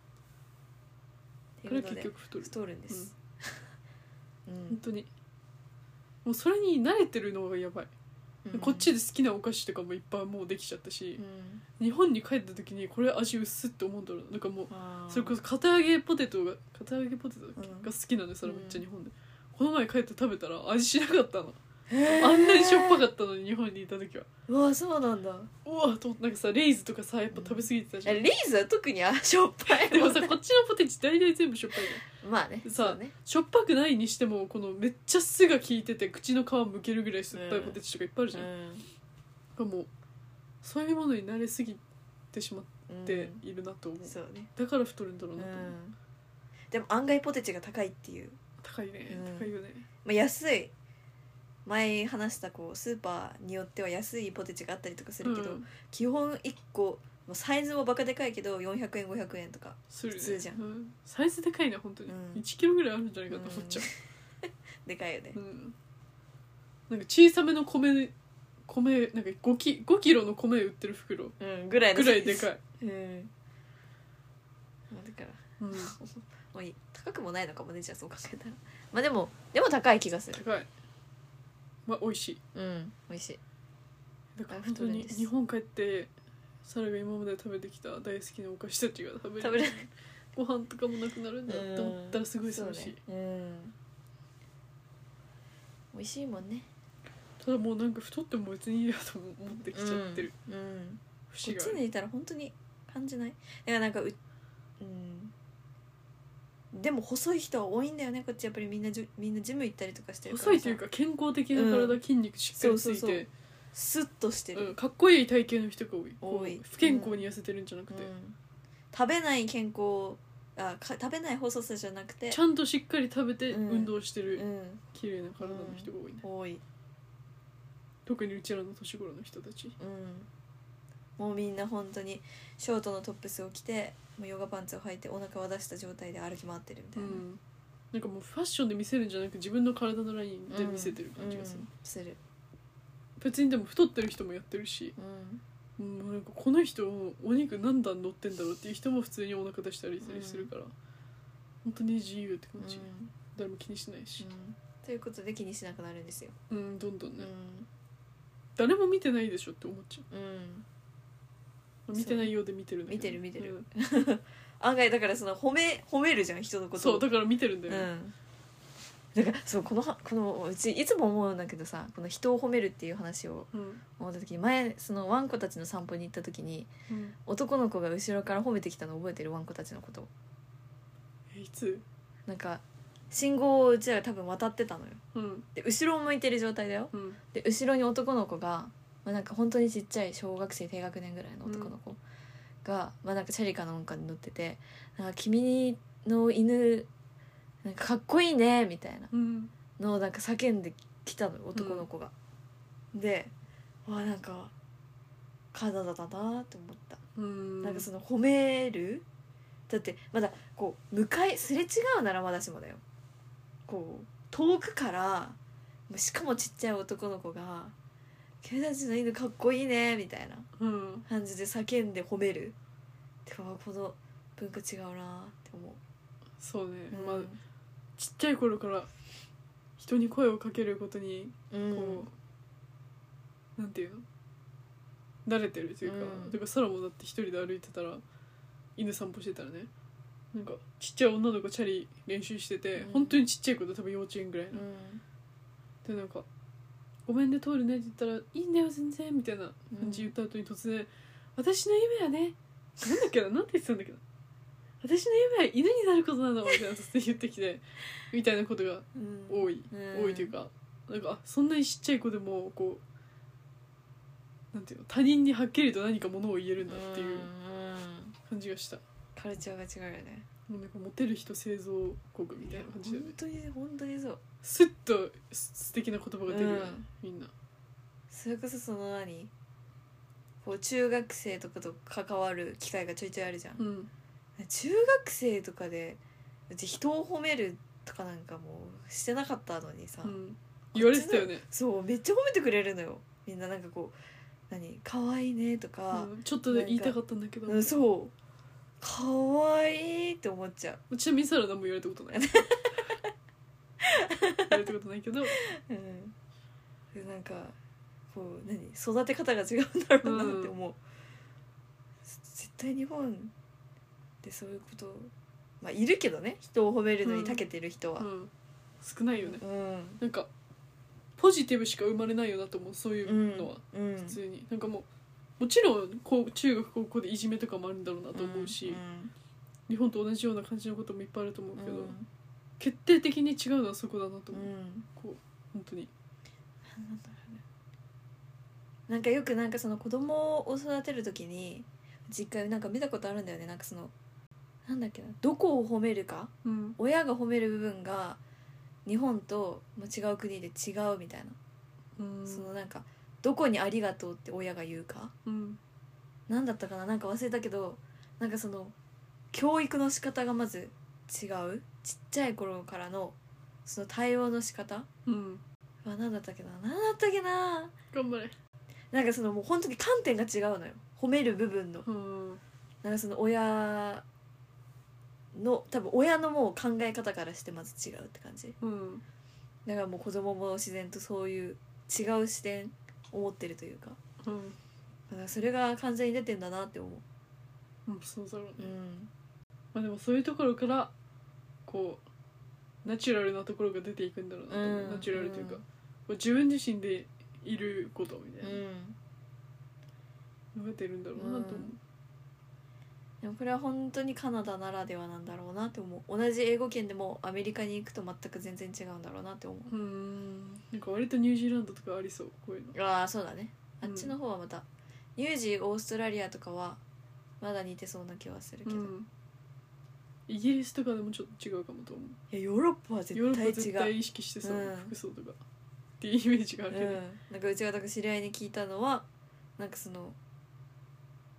[SPEAKER 1] って
[SPEAKER 2] これ
[SPEAKER 1] いう
[SPEAKER 2] は
[SPEAKER 1] の
[SPEAKER 2] 結
[SPEAKER 1] で
[SPEAKER 2] 局太る
[SPEAKER 1] 太るんです、うん
[SPEAKER 2] 本当にもうそれに慣れてるのがやばい、
[SPEAKER 1] うん
[SPEAKER 2] こっちで好きなお菓子とかもいっぱいもうできちゃったし、
[SPEAKER 1] うん
[SPEAKER 2] 日本に帰った時にこれ味薄って思うんだろうななんかもう
[SPEAKER 1] あー
[SPEAKER 2] それこそ片揚げポテトが片揚げポテトだっけ
[SPEAKER 1] うん
[SPEAKER 2] が好きなのよそれめっちゃ
[SPEAKER 1] うん
[SPEAKER 2] 日本で、この前帰って食べたら味しなかったの
[SPEAKER 1] えー
[SPEAKER 2] あんなにしょっぱかったのに日本にいた時は
[SPEAKER 1] うわそうなんだ
[SPEAKER 2] うわと思ってなんかさレイズとかさやっぱ食べ過ぎてたじゃ
[SPEAKER 1] え
[SPEAKER 2] ん、
[SPEAKER 1] レイズは特にあしょっぱい
[SPEAKER 2] で
[SPEAKER 1] も
[SPEAKER 2] も
[SPEAKER 1] ん
[SPEAKER 2] さ
[SPEAKER 1] ね
[SPEAKER 2] こっちのポテチ大体全部しょっぱいじゃん
[SPEAKER 1] まあね
[SPEAKER 2] さ
[SPEAKER 1] そうね
[SPEAKER 2] しょっぱくないにしてもこのめっちゃ酢が効いてて口の皮むけるぐらい酸っぱいポテチとかいっぱいあるじゃん、なんかもうそういうものに慣れすぎてしまっ
[SPEAKER 1] うん
[SPEAKER 2] ているなと思う、
[SPEAKER 1] うんそうね
[SPEAKER 2] だから太るんだろ
[SPEAKER 1] う
[SPEAKER 2] うなと思う、
[SPEAKER 1] んでも案外ポテチが高いっていう
[SPEAKER 2] 高いね、
[SPEAKER 1] うん
[SPEAKER 2] 高いよね
[SPEAKER 1] まあ、安い前話したこうスーパーによっては安いポテチがあったりとかするけど、
[SPEAKER 2] うん
[SPEAKER 1] 基本1個まあサイズもバカでかいけど400円500円とか
[SPEAKER 2] するね
[SPEAKER 1] 普通じゃん
[SPEAKER 2] うんサイズでかいね本当に、
[SPEAKER 1] うん
[SPEAKER 2] 1キロぐらいあるんじゃないかと思っちゃう、
[SPEAKER 1] でかいよね
[SPEAKER 2] うんなんか小さめの米米なんか 5, キ5キロの米売ってる袋
[SPEAKER 1] うんぐらいの
[SPEAKER 2] ぐらいでか
[SPEAKER 1] い、
[SPEAKER 2] い、
[SPEAKER 1] うんまあだから
[SPEAKER 2] うん、
[SPEAKER 1] もういい高くもないのかもねじゃあそう考えたらまあでもでも高い気がする
[SPEAKER 2] 高いまあ美味しい
[SPEAKER 1] うん美味しい
[SPEAKER 2] だから
[SPEAKER 1] あ
[SPEAKER 2] 本当
[SPEAKER 1] 太るん
[SPEAKER 2] に
[SPEAKER 1] です
[SPEAKER 2] 日本帰ってサラが今まで食べてきた大好きなお菓子たちが食べ
[SPEAKER 1] 食べれ
[SPEAKER 2] れ
[SPEAKER 1] な
[SPEAKER 2] るご飯とかもなくなるんだ
[SPEAKER 1] い
[SPEAKER 2] と思ったらすごい寂しい、
[SPEAKER 1] そうねうん美味しいもんね
[SPEAKER 2] ただもうなんか太っても別にいいやと思ってきちゃってる、
[SPEAKER 1] うん、うん
[SPEAKER 2] 節
[SPEAKER 1] こっ
[SPEAKER 2] が
[SPEAKER 1] ち
[SPEAKER 2] ある
[SPEAKER 1] にいたら本当に感じないだからなんかううんでも細い人は多いんだよねこっちやっぱりみんなじゅみんなジム行ったりとかしてるからさ
[SPEAKER 2] 細いというか健康的な体、
[SPEAKER 1] うん
[SPEAKER 2] 筋肉しっかりつ
[SPEAKER 1] そう
[SPEAKER 2] い
[SPEAKER 1] そうそ
[SPEAKER 2] て
[SPEAKER 1] うスッとして
[SPEAKER 2] うん
[SPEAKER 1] る、
[SPEAKER 2] かっこいい体型の人が多い
[SPEAKER 1] 多い
[SPEAKER 2] こう不健康に痩せてるんじゃなくて、
[SPEAKER 1] うん食べない健康あか食べない細さじゃなくて
[SPEAKER 2] ちゃんとしっかり食べて
[SPEAKER 1] うん
[SPEAKER 2] 運動して
[SPEAKER 1] う
[SPEAKER 2] る、
[SPEAKER 1] ん
[SPEAKER 2] 綺麗な体の人が多いね、
[SPEAKER 1] 多い
[SPEAKER 2] 特にうちらの年頃の人たち
[SPEAKER 1] うんもうみんな本当にショートのトップスを着てもうヨガパンツを履いてお腹は出した状態で歩き回ってるみた
[SPEAKER 2] う
[SPEAKER 1] いな、
[SPEAKER 2] ん、なんかもうファッションで見せるんじゃなく自分の体のラインで見せてる感じがする、
[SPEAKER 1] うんする、
[SPEAKER 2] 別にでも太ってる人もやってるし
[SPEAKER 1] うん
[SPEAKER 2] もうなんかこの人お肉何段乗ってんだろうっていう人も普通にお腹出したりしたりするから、本当に自由って感じ、
[SPEAKER 1] うん
[SPEAKER 2] 誰も気にしないし
[SPEAKER 1] うんということで気にしなくなるんですよ。
[SPEAKER 2] うん、どんどんね、
[SPEAKER 1] う
[SPEAKER 2] 誰も見てないでしょって思っちゃ
[SPEAKER 1] ん、うん、
[SPEAKER 2] う見てないようで見てるんだけど
[SPEAKER 1] 見てる見てる
[SPEAKER 2] うん
[SPEAKER 1] 案外だからその褒め褒めるじゃん人のこと
[SPEAKER 2] そう
[SPEAKER 1] だ,、
[SPEAKER 2] だから見てるんだ
[SPEAKER 1] う
[SPEAKER 2] よね、
[SPEAKER 1] ん、だからそうこのはこのうちいつも思うんだけどさこの人を褒めるっていう話を
[SPEAKER 2] うん
[SPEAKER 1] 思った時に前そのワンコたちの散歩に行った時に
[SPEAKER 2] うん
[SPEAKER 1] 男の子が後ろから褒めてきたの覚えてるワンコたちのこと
[SPEAKER 2] えいつ
[SPEAKER 1] なんか信号をうちらが多分渡ってたのよ
[SPEAKER 2] うん
[SPEAKER 1] で後ろを向いてる状態だよ
[SPEAKER 2] うん
[SPEAKER 1] で後ろに男の子が、まあ、なんか本当にちっちゃい小学生低学年ぐらいの男の子が、まあ、なんかチャリかなんかに乗ってて「なんか君の犬なんかかっこいいね」みたいな
[SPEAKER 2] うん
[SPEAKER 1] のをなんか叫んできたのよ男の子が。でわあなんかカナダだなと思った。
[SPEAKER 2] うん
[SPEAKER 1] なんかその褒めるだってまだこう向かいすれ違うならまだしもだよこう遠くからしかもちっちゃい男の子が「君たちの犬かっこいいね」みたいな
[SPEAKER 2] うん
[SPEAKER 1] 感じで叫んで褒めるてかこの文化違うなって思
[SPEAKER 2] そうね、
[SPEAKER 1] う、うん、
[SPEAKER 2] まあちっちゃい頃から人に声をかけることに
[SPEAKER 1] う
[SPEAKER 2] こう、
[SPEAKER 1] ん
[SPEAKER 2] なんていうの慣れてるというか、
[SPEAKER 1] うん
[SPEAKER 2] だからサラもだって一人で歩いてたら犬散歩してたらねなんかちっちゃい女の子チャリ練習してて、
[SPEAKER 1] うん
[SPEAKER 2] 本当にちっちゃい子で多分幼稚園ぐらいの、
[SPEAKER 1] う
[SPEAKER 2] で
[SPEAKER 1] ん
[SPEAKER 2] なんか「ごめんね通るね」って言ったら「いいんだよ全然」みたいな感じ言った後に突然「私の夢はねなんだっけななんて言ってたんだっけど私の夢は犬になることなの」みたいな突然言ってきてみたいなことが
[SPEAKER 1] うん
[SPEAKER 2] 多い、
[SPEAKER 1] うん
[SPEAKER 2] 多いというかなんかあそんなにちっちゃい子でもこうなんていうの他人にはっきりと何かものを言えるんだっていうん感じがした、
[SPEAKER 1] カルチャーが違うよね
[SPEAKER 2] もうなんかモテる人製造国みたいな感じだよ
[SPEAKER 1] 本
[SPEAKER 2] ね
[SPEAKER 1] 当に本当にそう
[SPEAKER 2] スッとす素敵な言葉が出るよね、
[SPEAKER 1] うん
[SPEAKER 2] みんな
[SPEAKER 1] それこそその何こう中学生とかと関わる機会がちょいちょいあるじゃん、
[SPEAKER 2] うん
[SPEAKER 1] 中学生とかでうち人を褒めるとかなんかもうしてなかったのにさ、
[SPEAKER 2] うん言われてたよね、
[SPEAKER 1] そうめっちゃ褒めてくれるのよみんななんかこう何可愛いねとか、
[SPEAKER 2] うんちょっとで言いたかったんだけど
[SPEAKER 1] うん、そう可愛いって思っちゃ
[SPEAKER 2] ちなみにサラダも言われたこと ない言われたことないけど、
[SPEAKER 1] う、うん、でなんかこう何育て方が違うんだろうなって思う、絶対日本でそういうことまあいるけどね人を褒めるのに長けてる人は
[SPEAKER 2] う、ん、少ないよね
[SPEAKER 1] うん
[SPEAKER 2] なんかポジティブしか生まれないよなと思うそういうのは、
[SPEAKER 1] うん
[SPEAKER 2] 普通になんかもうもちろんこう中学高校でいじめとかもあるんだろうなと思うし、
[SPEAKER 1] うん
[SPEAKER 2] 日本と同じような感じのこともいっぱいあると思うけど、
[SPEAKER 1] うん
[SPEAKER 2] 決定的に違うのはそこだなと
[SPEAKER 1] う
[SPEAKER 2] 思う、
[SPEAKER 1] ん
[SPEAKER 2] こう本当に
[SPEAKER 1] なんだろうねなんかよくなんかその子供を育てる時に実家なんか見たことあるんだよねなんかそのなんだっけなどこを褒めるか
[SPEAKER 2] うん
[SPEAKER 1] 親が褒める部分が日本とまあ違う国で違うみたいな、
[SPEAKER 2] うん
[SPEAKER 1] そのなんかどこに「ありがとう」って親が言うか
[SPEAKER 2] うん
[SPEAKER 1] 何だったかななんか忘れたけどなんかその教育の仕方がまず違うちっちゃい頃からのその対応の仕方
[SPEAKER 2] うん
[SPEAKER 1] は何だったっけな何だったっけな
[SPEAKER 2] 頑張れ
[SPEAKER 1] なんかそのもう本当に観点が違うのよ褒める部分の
[SPEAKER 2] うん
[SPEAKER 1] なんかその親の多分親のもう考え方からしてまず違うって感じ
[SPEAKER 2] うん
[SPEAKER 1] だからもう子供も自然とそういう違う視点を持ってるというか
[SPEAKER 2] うん
[SPEAKER 1] だからそれが完全に出てんだなって思う
[SPEAKER 2] うんそうだろうね
[SPEAKER 1] うん
[SPEAKER 2] まあでもそういうところからこうナチュラルなところが出ていくんだろうなと思う、
[SPEAKER 1] うん
[SPEAKER 2] ナチュラルというか、
[SPEAKER 1] うん
[SPEAKER 2] こう自分自身でいることみた
[SPEAKER 1] う
[SPEAKER 2] いなんのが出るんだろうなと思う、
[SPEAKER 1] でもこれは本当にカナダならではなんだろうなって思う同じ英語圏でもアメリカに行くと全く全然違うんだろうなって思
[SPEAKER 2] うんなんか割とニュージーランドとかありそうこういうの
[SPEAKER 1] うああそうだねあ
[SPEAKER 2] う
[SPEAKER 1] っ
[SPEAKER 2] ん
[SPEAKER 1] ちの方はまた、ニュージーオーストラリアとかはまだ似てそうな気はするけど、
[SPEAKER 2] うんイギリスとかでもちょっと違うかもと思う
[SPEAKER 1] いやヨーロッパは
[SPEAKER 2] ヨー
[SPEAKER 1] 絶
[SPEAKER 2] ロッ
[SPEAKER 1] 対
[SPEAKER 2] パ絶
[SPEAKER 1] 違う
[SPEAKER 2] 対意識してそう、
[SPEAKER 1] うん
[SPEAKER 2] 服装とかっていうイメージがあるけど、
[SPEAKER 1] うん、なんかうちがなんか知り合いに聞いたのはなんかその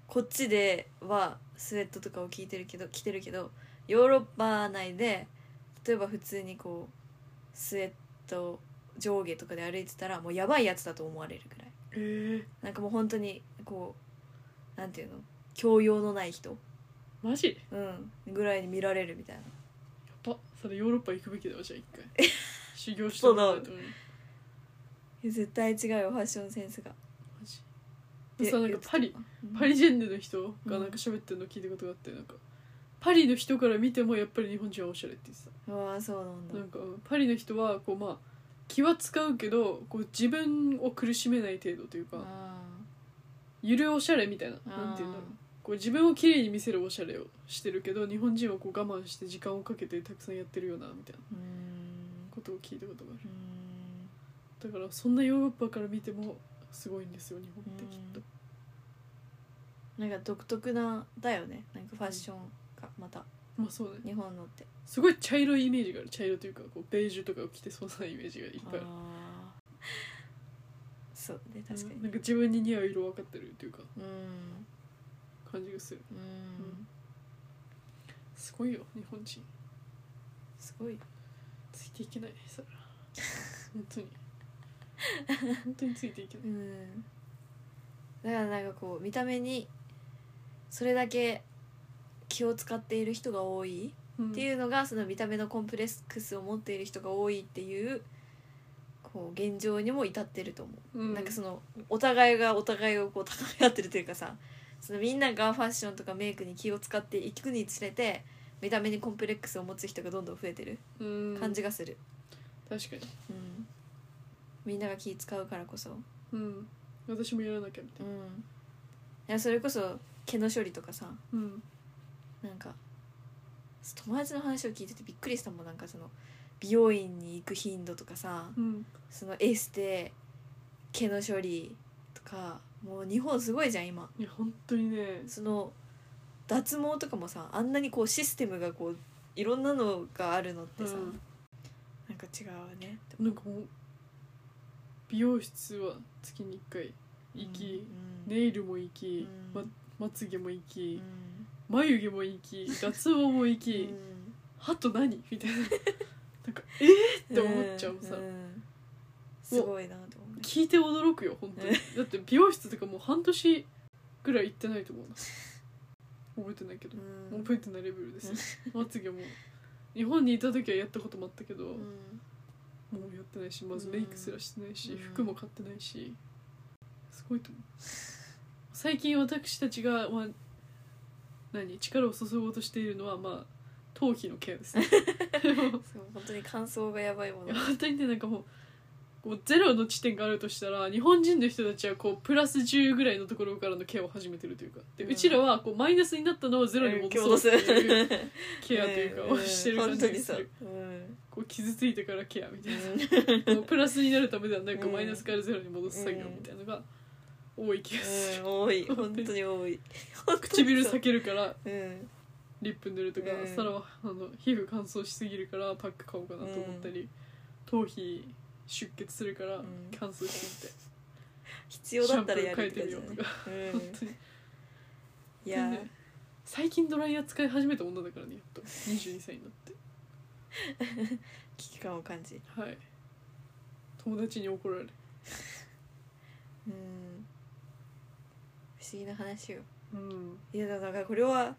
[SPEAKER 1] こっちではスウェットとかを聞いてるけど着てるけどヨーロッパ内で例えば普通にこうスウェット上下とかで歩いてたらもうやばいやつだと思われるくらい
[SPEAKER 2] え
[SPEAKER 1] なんかもう本当にこうなんていうの教養のない人、
[SPEAKER 2] ー、マジや
[SPEAKER 1] うん、ぐらいに見られるみたいな
[SPEAKER 2] ばそれヨーロッパ行くべきだわじゃあ一 回修行してもらいと思う
[SPEAKER 1] いや絶対違うよファッションセンスが
[SPEAKER 2] マジ
[SPEAKER 1] で
[SPEAKER 2] さなんかパリ、
[SPEAKER 1] うん
[SPEAKER 2] パリジェンヌの人がなんか喋ってるの聞いたことがあってなんかパリの人から見てもやっぱり日本人はおしゃれって言って
[SPEAKER 1] うわーそうなんだ
[SPEAKER 2] たなんかうんパリの人はこうまあ気は使うけどこう自分を苦しめない程度というかゆるおしゃれみたいななんて言うんだろうこう自分を綺麗に見せるおしゃれをしてるけど日本人はこう我慢して時間をかけてたくさんやってるよなみたいな
[SPEAKER 1] うーん
[SPEAKER 2] ことを聞いたことがある
[SPEAKER 1] うーん
[SPEAKER 2] だからそんなヨーロッパから見てもすごいんですよ日本ってきっと
[SPEAKER 1] なんか独特なだよねなんかファッションがまた
[SPEAKER 2] まあそうね
[SPEAKER 1] 日本のって
[SPEAKER 2] すごい茶色いイメージがある茶色というかこうベージュとかを着てそうなイメージがいっぱいある
[SPEAKER 1] あーそうね確か
[SPEAKER 2] う
[SPEAKER 1] に
[SPEAKER 2] んなんか自分に似合う色分かってるというか
[SPEAKER 1] うん
[SPEAKER 2] 感じがする
[SPEAKER 1] うん、
[SPEAKER 2] すごいよ日本人
[SPEAKER 1] すごい
[SPEAKER 2] ついていけないそ ら本当に本当についていけな
[SPEAKER 1] う
[SPEAKER 2] い
[SPEAKER 1] んだからなんかこう見た目にそれだけ気を使っている人が多いって
[SPEAKER 2] う
[SPEAKER 1] いうのがその見た目のコンプレックスを持っている人が多いっていうこう現状にも至ってると思うなんかそ
[SPEAKER 2] の
[SPEAKER 1] のお互いがお互いをこう高め合ってるというかさそのみんながファッションとかメイクに気を使っていくにつれて見た目にコンプレックスを持つ人がどんどん増えてる感じがする、
[SPEAKER 2] 確かに
[SPEAKER 1] うんみんなが気使うからこそ、
[SPEAKER 2] うん私もやらなきゃみた
[SPEAKER 1] う
[SPEAKER 2] い
[SPEAKER 1] ん
[SPEAKER 2] ない
[SPEAKER 1] やそれこそ毛の処理とかさ
[SPEAKER 2] うん
[SPEAKER 1] なんか友達の話を聞いててびっくりしたもんなんかその美容院に行く頻度とかさ
[SPEAKER 2] うん
[SPEAKER 1] そのエステ毛の処理とかもう日本すごいじゃん今。
[SPEAKER 2] いや本当にね
[SPEAKER 1] その脱毛とかもさあんなにこうシステムがこういろんなのがあるのってさ、
[SPEAKER 2] うん
[SPEAKER 1] なんか違うわねって
[SPEAKER 2] なんかもう美容室は月に1回行き、
[SPEAKER 1] うん
[SPEAKER 2] ネイルも行
[SPEAKER 1] う
[SPEAKER 2] き、
[SPEAKER 1] ん
[SPEAKER 2] ままつげも行
[SPEAKER 1] う
[SPEAKER 2] き、
[SPEAKER 1] ん
[SPEAKER 2] 眉毛も行 き脱毛も行
[SPEAKER 1] う
[SPEAKER 2] き、
[SPEAKER 1] ん
[SPEAKER 2] 歯と何みたい ななんかえー、って思っちゃうさ、
[SPEAKER 1] んんすごいなと思うね
[SPEAKER 2] 聞いて驚くよ本当にだって美容室とかもう半年ぐらい行ってないと思うな覚えてないけど、
[SPEAKER 1] う
[SPEAKER 2] もうん覚えてないレベルですよまつげも日本にいた時はやったこともあったけど、
[SPEAKER 1] うん
[SPEAKER 2] もうやってないしまずメイクすらしてないし、
[SPEAKER 1] うん
[SPEAKER 2] 服も買ってないしすごいと思う最近私たちが、まあ、何力を注ごうとしているのはまあ 頭皮のケアですね
[SPEAKER 1] そう本当に感想がやばいも
[SPEAKER 2] い
[SPEAKER 1] の
[SPEAKER 2] や本当にねなんかもうこうゼロの地点があるとしたら日本人の人たちはこうプラス10ぐらいのところからのケアを始めてるというかで、
[SPEAKER 1] う
[SPEAKER 2] うんちらはこうマイナスになったのをゼロに戻そうっていうケアというかを してる感じがする、
[SPEAKER 1] うんうん
[SPEAKER 2] こう傷ついてからケアみたいな
[SPEAKER 1] 本当にそ う、
[SPEAKER 2] もうプラスになるためではなく
[SPEAKER 1] うん
[SPEAKER 2] マイナスからゼロに戻す作業みたいなのが多い気がする、
[SPEAKER 1] うんうん、多い本当に多い本当にそう
[SPEAKER 2] 唇避けるから
[SPEAKER 1] うん
[SPEAKER 2] リップ塗るとか、
[SPEAKER 1] うん
[SPEAKER 2] さらはあの皮膚乾燥しすぎるからパック買おうかなと思ったり、頭皮出血するから
[SPEAKER 1] ん
[SPEAKER 2] 乾燥してみて、
[SPEAKER 1] 必要
[SPEAKER 2] シャ
[SPEAKER 1] だ
[SPEAKER 2] ン
[SPEAKER 1] っ
[SPEAKER 2] プ
[SPEAKER 1] たら
[SPEAKER 2] ー
[SPEAKER 1] や
[SPEAKER 2] 変
[SPEAKER 1] る
[SPEAKER 2] え
[SPEAKER 1] っ
[SPEAKER 2] て
[SPEAKER 1] て感
[SPEAKER 2] み
[SPEAKER 1] じ
[SPEAKER 2] よ
[SPEAKER 1] だ
[SPEAKER 2] う
[SPEAKER 1] ね
[SPEAKER 2] とか、
[SPEAKER 1] う
[SPEAKER 2] 本
[SPEAKER 1] ん
[SPEAKER 2] 当に
[SPEAKER 1] いやー
[SPEAKER 2] ね最近ドライヤー使い始めた女だからねやっと22歳になって
[SPEAKER 1] 危機感を感じ
[SPEAKER 2] はい友達に怒られる
[SPEAKER 1] うん不思議な話よ
[SPEAKER 2] うん
[SPEAKER 1] いやだからこれは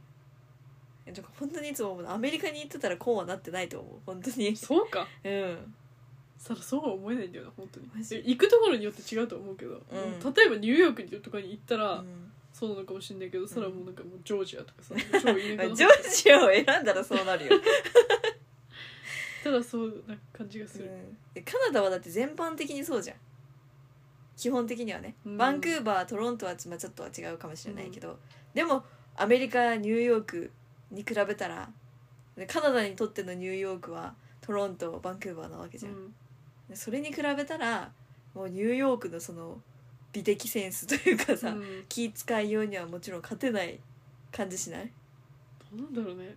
[SPEAKER 1] えだから本当にいつも思うのアメリカに行ってたらこうはなってないと思う本当に
[SPEAKER 2] そうか
[SPEAKER 1] うん
[SPEAKER 2] さらそうは思えないんだよな本当に
[SPEAKER 1] マジ
[SPEAKER 2] え行くところによって違うと思うけど、
[SPEAKER 1] ん
[SPEAKER 2] 例えばニューヨークとかに行った
[SPEAKER 1] う
[SPEAKER 2] ら、
[SPEAKER 1] ん
[SPEAKER 2] そうなのかもしれないけど、さらもうなんかもうジョージアとかさ超田舎
[SPEAKER 1] まあ
[SPEAKER 2] の
[SPEAKER 1] ジョージアを選んだらそうなるよ、
[SPEAKER 2] ただそうな感じがす
[SPEAKER 1] う
[SPEAKER 2] る、
[SPEAKER 1] んでカナダはだって全般的にそうじゃん基本的にはね、
[SPEAKER 2] うん
[SPEAKER 1] バンクーバートロントはち,、まあ、ちょっとは違うかもしれないけど、でもアメリカニューヨークに比べたらでカナダにとってのニューヨークはトロントバンクーバーなわけじゃん、
[SPEAKER 2] うん
[SPEAKER 1] でそれに比べたらもうニューヨークのその美的センスというかさ、
[SPEAKER 2] うん
[SPEAKER 1] 気使いようにはもちろん勝てない感じしない、
[SPEAKER 2] どうなんだろうね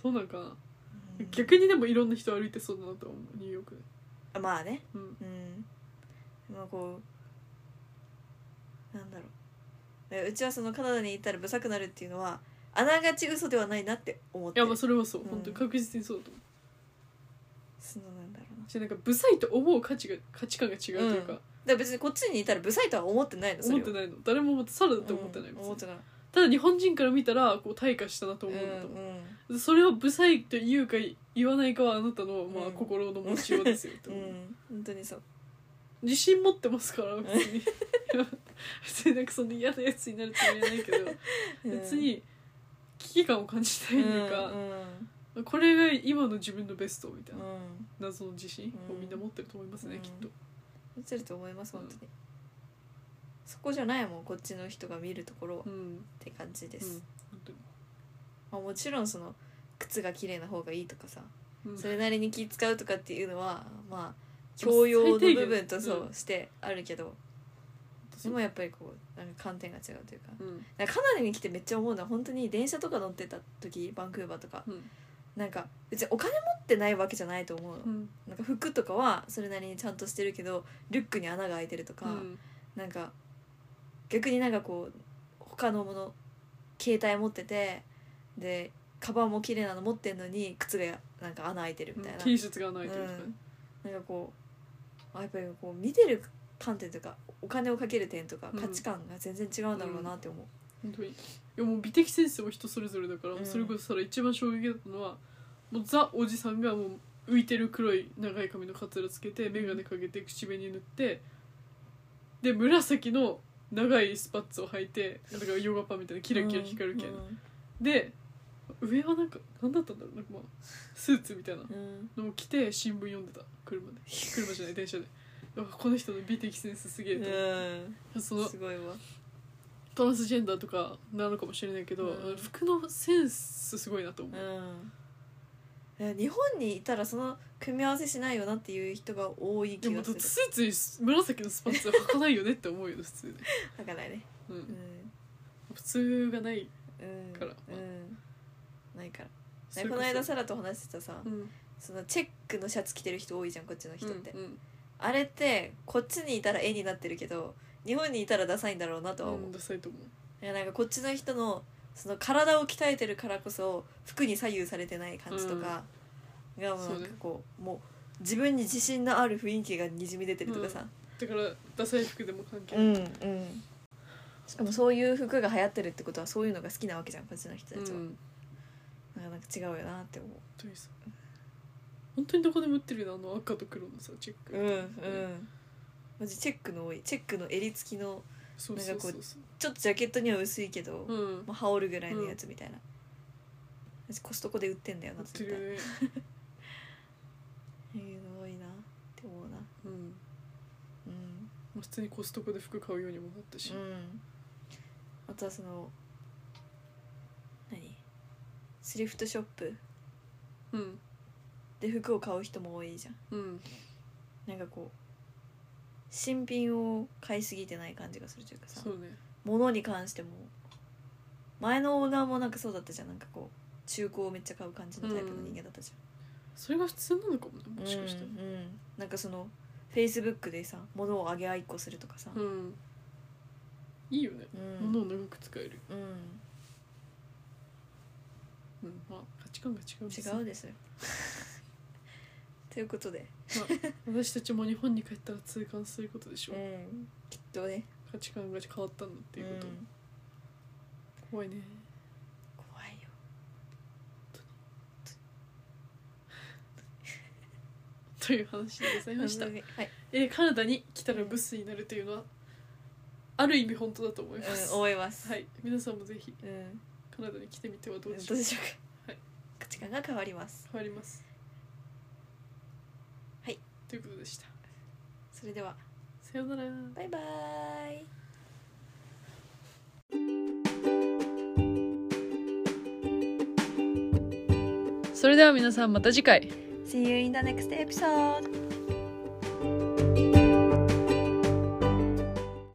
[SPEAKER 2] そうなんかな、逆にでもいろんな人歩いてそうだなと思うニューヨークで、
[SPEAKER 1] あまあね
[SPEAKER 2] うん、
[SPEAKER 1] うんまあこうなんだろうえうちはそのカナダに行ったらブサくなるっていうのはあながち嘘ではないなって思っ
[SPEAKER 2] い
[SPEAKER 1] て
[SPEAKER 2] や
[SPEAKER 1] る
[SPEAKER 2] まあそれはそう、
[SPEAKER 1] うん
[SPEAKER 2] 本当に確実にそうだと思う
[SPEAKER 1] そのなんだろうなだか
[SPEAKER 2] しなんかブサイと思う価値が価値観が違うというか、
[SPEAKER 1] ら別にこっちにいたらブサイとは思ってないのそれ
[SPEAKER 2] 思っ
[SPEAKER 1] は
[SPEAKER 2] てないの誰もサラだと思ってない、
[SPEAKER 1] うん
[SPEAKER 2] 別に
[SPEAKER 1] 思ってない
[SPEAKER 2] ただ日本人から見たらこう退化したなと思うんだと思う、それをブサイと言うか言わないかはあなたの、ま
[SPEAKER 1] う
[SPEAKER 2] あ、
[SPEAKER 1] ん
[SPEAKER 2] 心の持ちようですよって
[SPEAKER 1] うん、
[SPEAKER 2] 思う
[SPEAKER 1] うん、本当にそう
[SPEAKER 2] 自信持ってますから別に 別になんかそんな嫌なやつになるとは言えないけど、別に危機感を感じた
[SPEAKER 1] う
[SPEAKER 2] い
[SPEAKER 1] ん
[SPEAKER 2] というか
[SPEAKER 1] う、ん
[SPEAKER 2] これが今の自分のベストみたい
[SPEAKER 1] うん
[SPEAKER 2] な、
[SPEAKER 1] うん
[SPEAKER 2] 謎の自信をみんな持ってると思いますね、
[SPEAKER 1] うん
[SPEAKER 2] きっと
[SPEAKER 1] 映ると思いま
[SPEAKER 2] う
[SPEAKER 1] す
[SPEAKER 2] ん
[SPEAKER 1] 本当に、そこじゃないもんこっちの人が見るところは
[SPEAKER 2] う
[SPEAKER 1] っ
[SPEAKER 2] ん、うん、
[SPEAKER 1] て感じです、
[SPEAKER 2] 本当に
[SPEAKER 1] まあ、もちろんその靴が綺麗な方がいいとかさ
[SPEAKER 2] うん
[SPEAKER 1] それなりに気使うとかっていうのはまあ教養の部分
[SPEAKER 2] 最
[SPEAKER 1] と
[SPEAKER 2] 低
[SPEAKER 1] そ
[SPEAKER 2] 限
[SPEAKER 1] うしてあるけどでもやっぱりこうなんか観点が違うというか
[SPEAKER 2] うん
[SPEAKER 1] なんかカナダに来てめっちゃ思うのは本当に電車とか乗ってた時バンクーバーとか
[SPEAKER 2] うん
[SPEAKER 1] なんか別にお金持ってないわけじゃないと思うの
[SPEAKER 2] うん
[SPEAKER 1] なんか服とかはそれなりにちゃんとしてるけどリュックに穴が開いてるとか、
[SPEAKER 2] うん
[SPEAKER 1] なんか逆になんかこう他のもの携帯持っててでカバンも綺麗なの持ってんのに靴がなんか穴開いてるみたいな、
[SPEAKER 2] T シャツがないというか、
[SPEAKER 1] うん、なんかこうあやっぱりこう見てる観点とかお金をかける点とか
[SPEAKER 2] うん
[SPEAKER 1] 価値観が全然違うんだろうなって思う、
[SPEAKER 2] 本当にいやもう美的センスも人それぞれだから、
[SPEAKER 1] うん
[SPEAKER 2] それこそさ一番衝撃だったのはもうザおじさんがもう浮いてる黒い長い髪のカツラつけて眼鏡かけて口紅塗ってで紫の長いスパッツを履いてだからヨガパンみたいなキラキラ光る系、
[SPEAKER 1] うん
[SPEAKER 2] で上はなんか何だったんだろうなんかまあスーツみたいな
[SPEAKER 1] うん
[SPEAKER 2] のを着て新聞読んでた車で車じゃない電車でうわこの人の美的センスすげえと思って、その
[SPEAKER 1] すごいわ
[SPEAKER 2] トランスジェンダーとかなのかもしれないけど、
[SPEAKER 1] うん
[SPEAKER 2] 服のセンスすごいなと思う、
[SPEAKER 1] うんえ日本にいたらその組み合わせしないよなっていう人が多い
[SPEAKER 2] で
[SPEAKER 1] 気
[SPEAKER 2] も
[SPEAKER 1] が
[SPEAKER 2] だ
[SPEAKER 1] す
[SPEAKER 2] って
[SPEAKER 1] る
[SPEAKER 2] スーツに紫のスパッツは履かないよねって思うよね普通ね、
[SPEAKER 1] だからね
[SPEAKER 2] う、
[SPEAKER 1] うんん
[SPEAKER 2] 普通がない
[SPEAKER 1] うん
[SPEAKER 2] からまあ
[SPEAKER 1] うんないから
[SPEAKER 2] そ
[SPEAKER 1] ね
[SPEAKER 2] れ
[SPEAKER 1] こ
[SPEAKER 2] こ
[SPEAKER 1] の間
[SPEAKER 2] そ
[SPEAKER 1] サラと話してたさ、
[SPEAKER 2] うんうん
[SPEAKER 1] そのチェックのシャツ着てる人多いじゃんこっちの人って、
[SPEAKER 2] うん
[SPEAKER 1] あれってこっちにいたら絵になってるけど日本にいたらダサいんだろうなとは思う、
[SPEAKER 2] うんダサいと思う
[SPEAKER 1] いやなんかこっちの人のその体を鍛えてるからこそ服に左右されてない感じとかがもう
[SPEAKER 2] そ
[SPEAKER 1] な
[SPEAKER 2] うんね
[SPEAKER 1] かこうもう自分に自信のある雰囲気がにじみ出てるとかさ、
[SPEAKER 2] だからダサい服でも関係
[SPEAKER 1] う
[SPEAKER 2] ない、
[SPEAKER 1] んうんしかもそういう服が流行ってるってことはそういうのが好きなわけじゃんこっちの人たちは、
[SPEAKER 2] うん
[SPEAKER 1] なんかなんか違うよなって思う
[SPEAKER 2] 本当にさ本当にどこでも売ってるよねあの赤と黒のさチェック、
[SPEAKER 1] うんうんマジチェックの多いチェックの襟付きの
[SPEAKER 2] そうそうそうそ
[SPEAKER 1] ちょっとジャケットには薄いけど、
[SPEAKER 2] ううん
[SPEAKER 1] まあ、羽織るぐらいのやつみたいな、私コストコで売ってんだよ
[SPEAKER 2] 売
[SPEAKER 1] な
[SPEAKER 2] ってる
[SPEAKER 1] 絶対
[SPEAKER 2] よね、
[SPEAKER 1] えー、多いなって思うな
[SPEAKER 2] うん、普通にコストコで服買うようにもなったし、
[SPEAKER 1] うんあとはその何スリフトショップ
[SPEAKER 2] うん
[SPEAKER 1] で服を買う人も多いじゃん
[SPEAKER 2] うん
[SPEAKER 1] なんかこう新品を買いすぎてない感じがするというかさ
[SPEAKER 2] そうね
[SPEAKER 1] 物に関しても前のオーナーもなんかそうだったじゃんなんかこう中古をめっちゃ買う感じのタイプの人間だったじ
[SPEAKER 2] それが普通なのかもね
[SPEAKER 1] ゃん、
[SPEAKER 2] もしかした
[SPEAKER 1] う
[SPEAKER 2] ら
[SPEAKER 1] んうんなんかそのフェイスブックでさ物をあげ合いっこするとかさ、
[SPEAKER 2] うん、いいよね、
[SPEAKER 1] うん
[SPEAKER 2] 物を長く使える、
[SPEAKER 1] うん
[SPEAKER 2] うん、まあ価値観が違うんです
[SPEAKER 1] 違うですよということで、
[SPEAKER 2] 私たちも日本に帰ったら痛感することでしょう、
[SPEAKER 1] ん、きっとね
[SPEAKER 2] 価値観が変わったんだっていうこと、
[SPEAKER 1] ん
[SPEAKER 2] 怖いね
[SPEAKER 1] 怖いよ
[SPEAKER 2] という話でございました、
[SPEAKER 1] はい
[SPEAKER 2] えーカナダに来たらブスになるというのはある意味本当だと思いま
[SPEAKER 1] うん
[SPEAKER 2] す、
[SPEAKER 1] 思います
[SPEAKER 2] はい皆さんもぜひ
[SPEAKER 1] うん
[SPEAKER 2] カナダに来てみてはど
[SPEAKER 1] ど
[SPEAKER 2] う
[SPEAKER 1] う
[SPEAKER 2] で
[SPEAKER 1] で
[SPEAKER 2] しょう
[SPEAKER 1] しょう
[SPEAKER 2] は
[SPEAKER 1] か
[SPEAKER 2] い
[SPEAKER 1] 価値観が変わります
[SPEAKER 2] 変わります
[SPEAKER 1] はい
[SPEAKER 2] ということでした
[SPEAKER 1] それでは
[SPEAKER 2] さようなら
[SPEAKER 1] バイバイ
[SPEAKER 2] それでは皆さんまた次回
[SPEAKER 1] See you in the next episode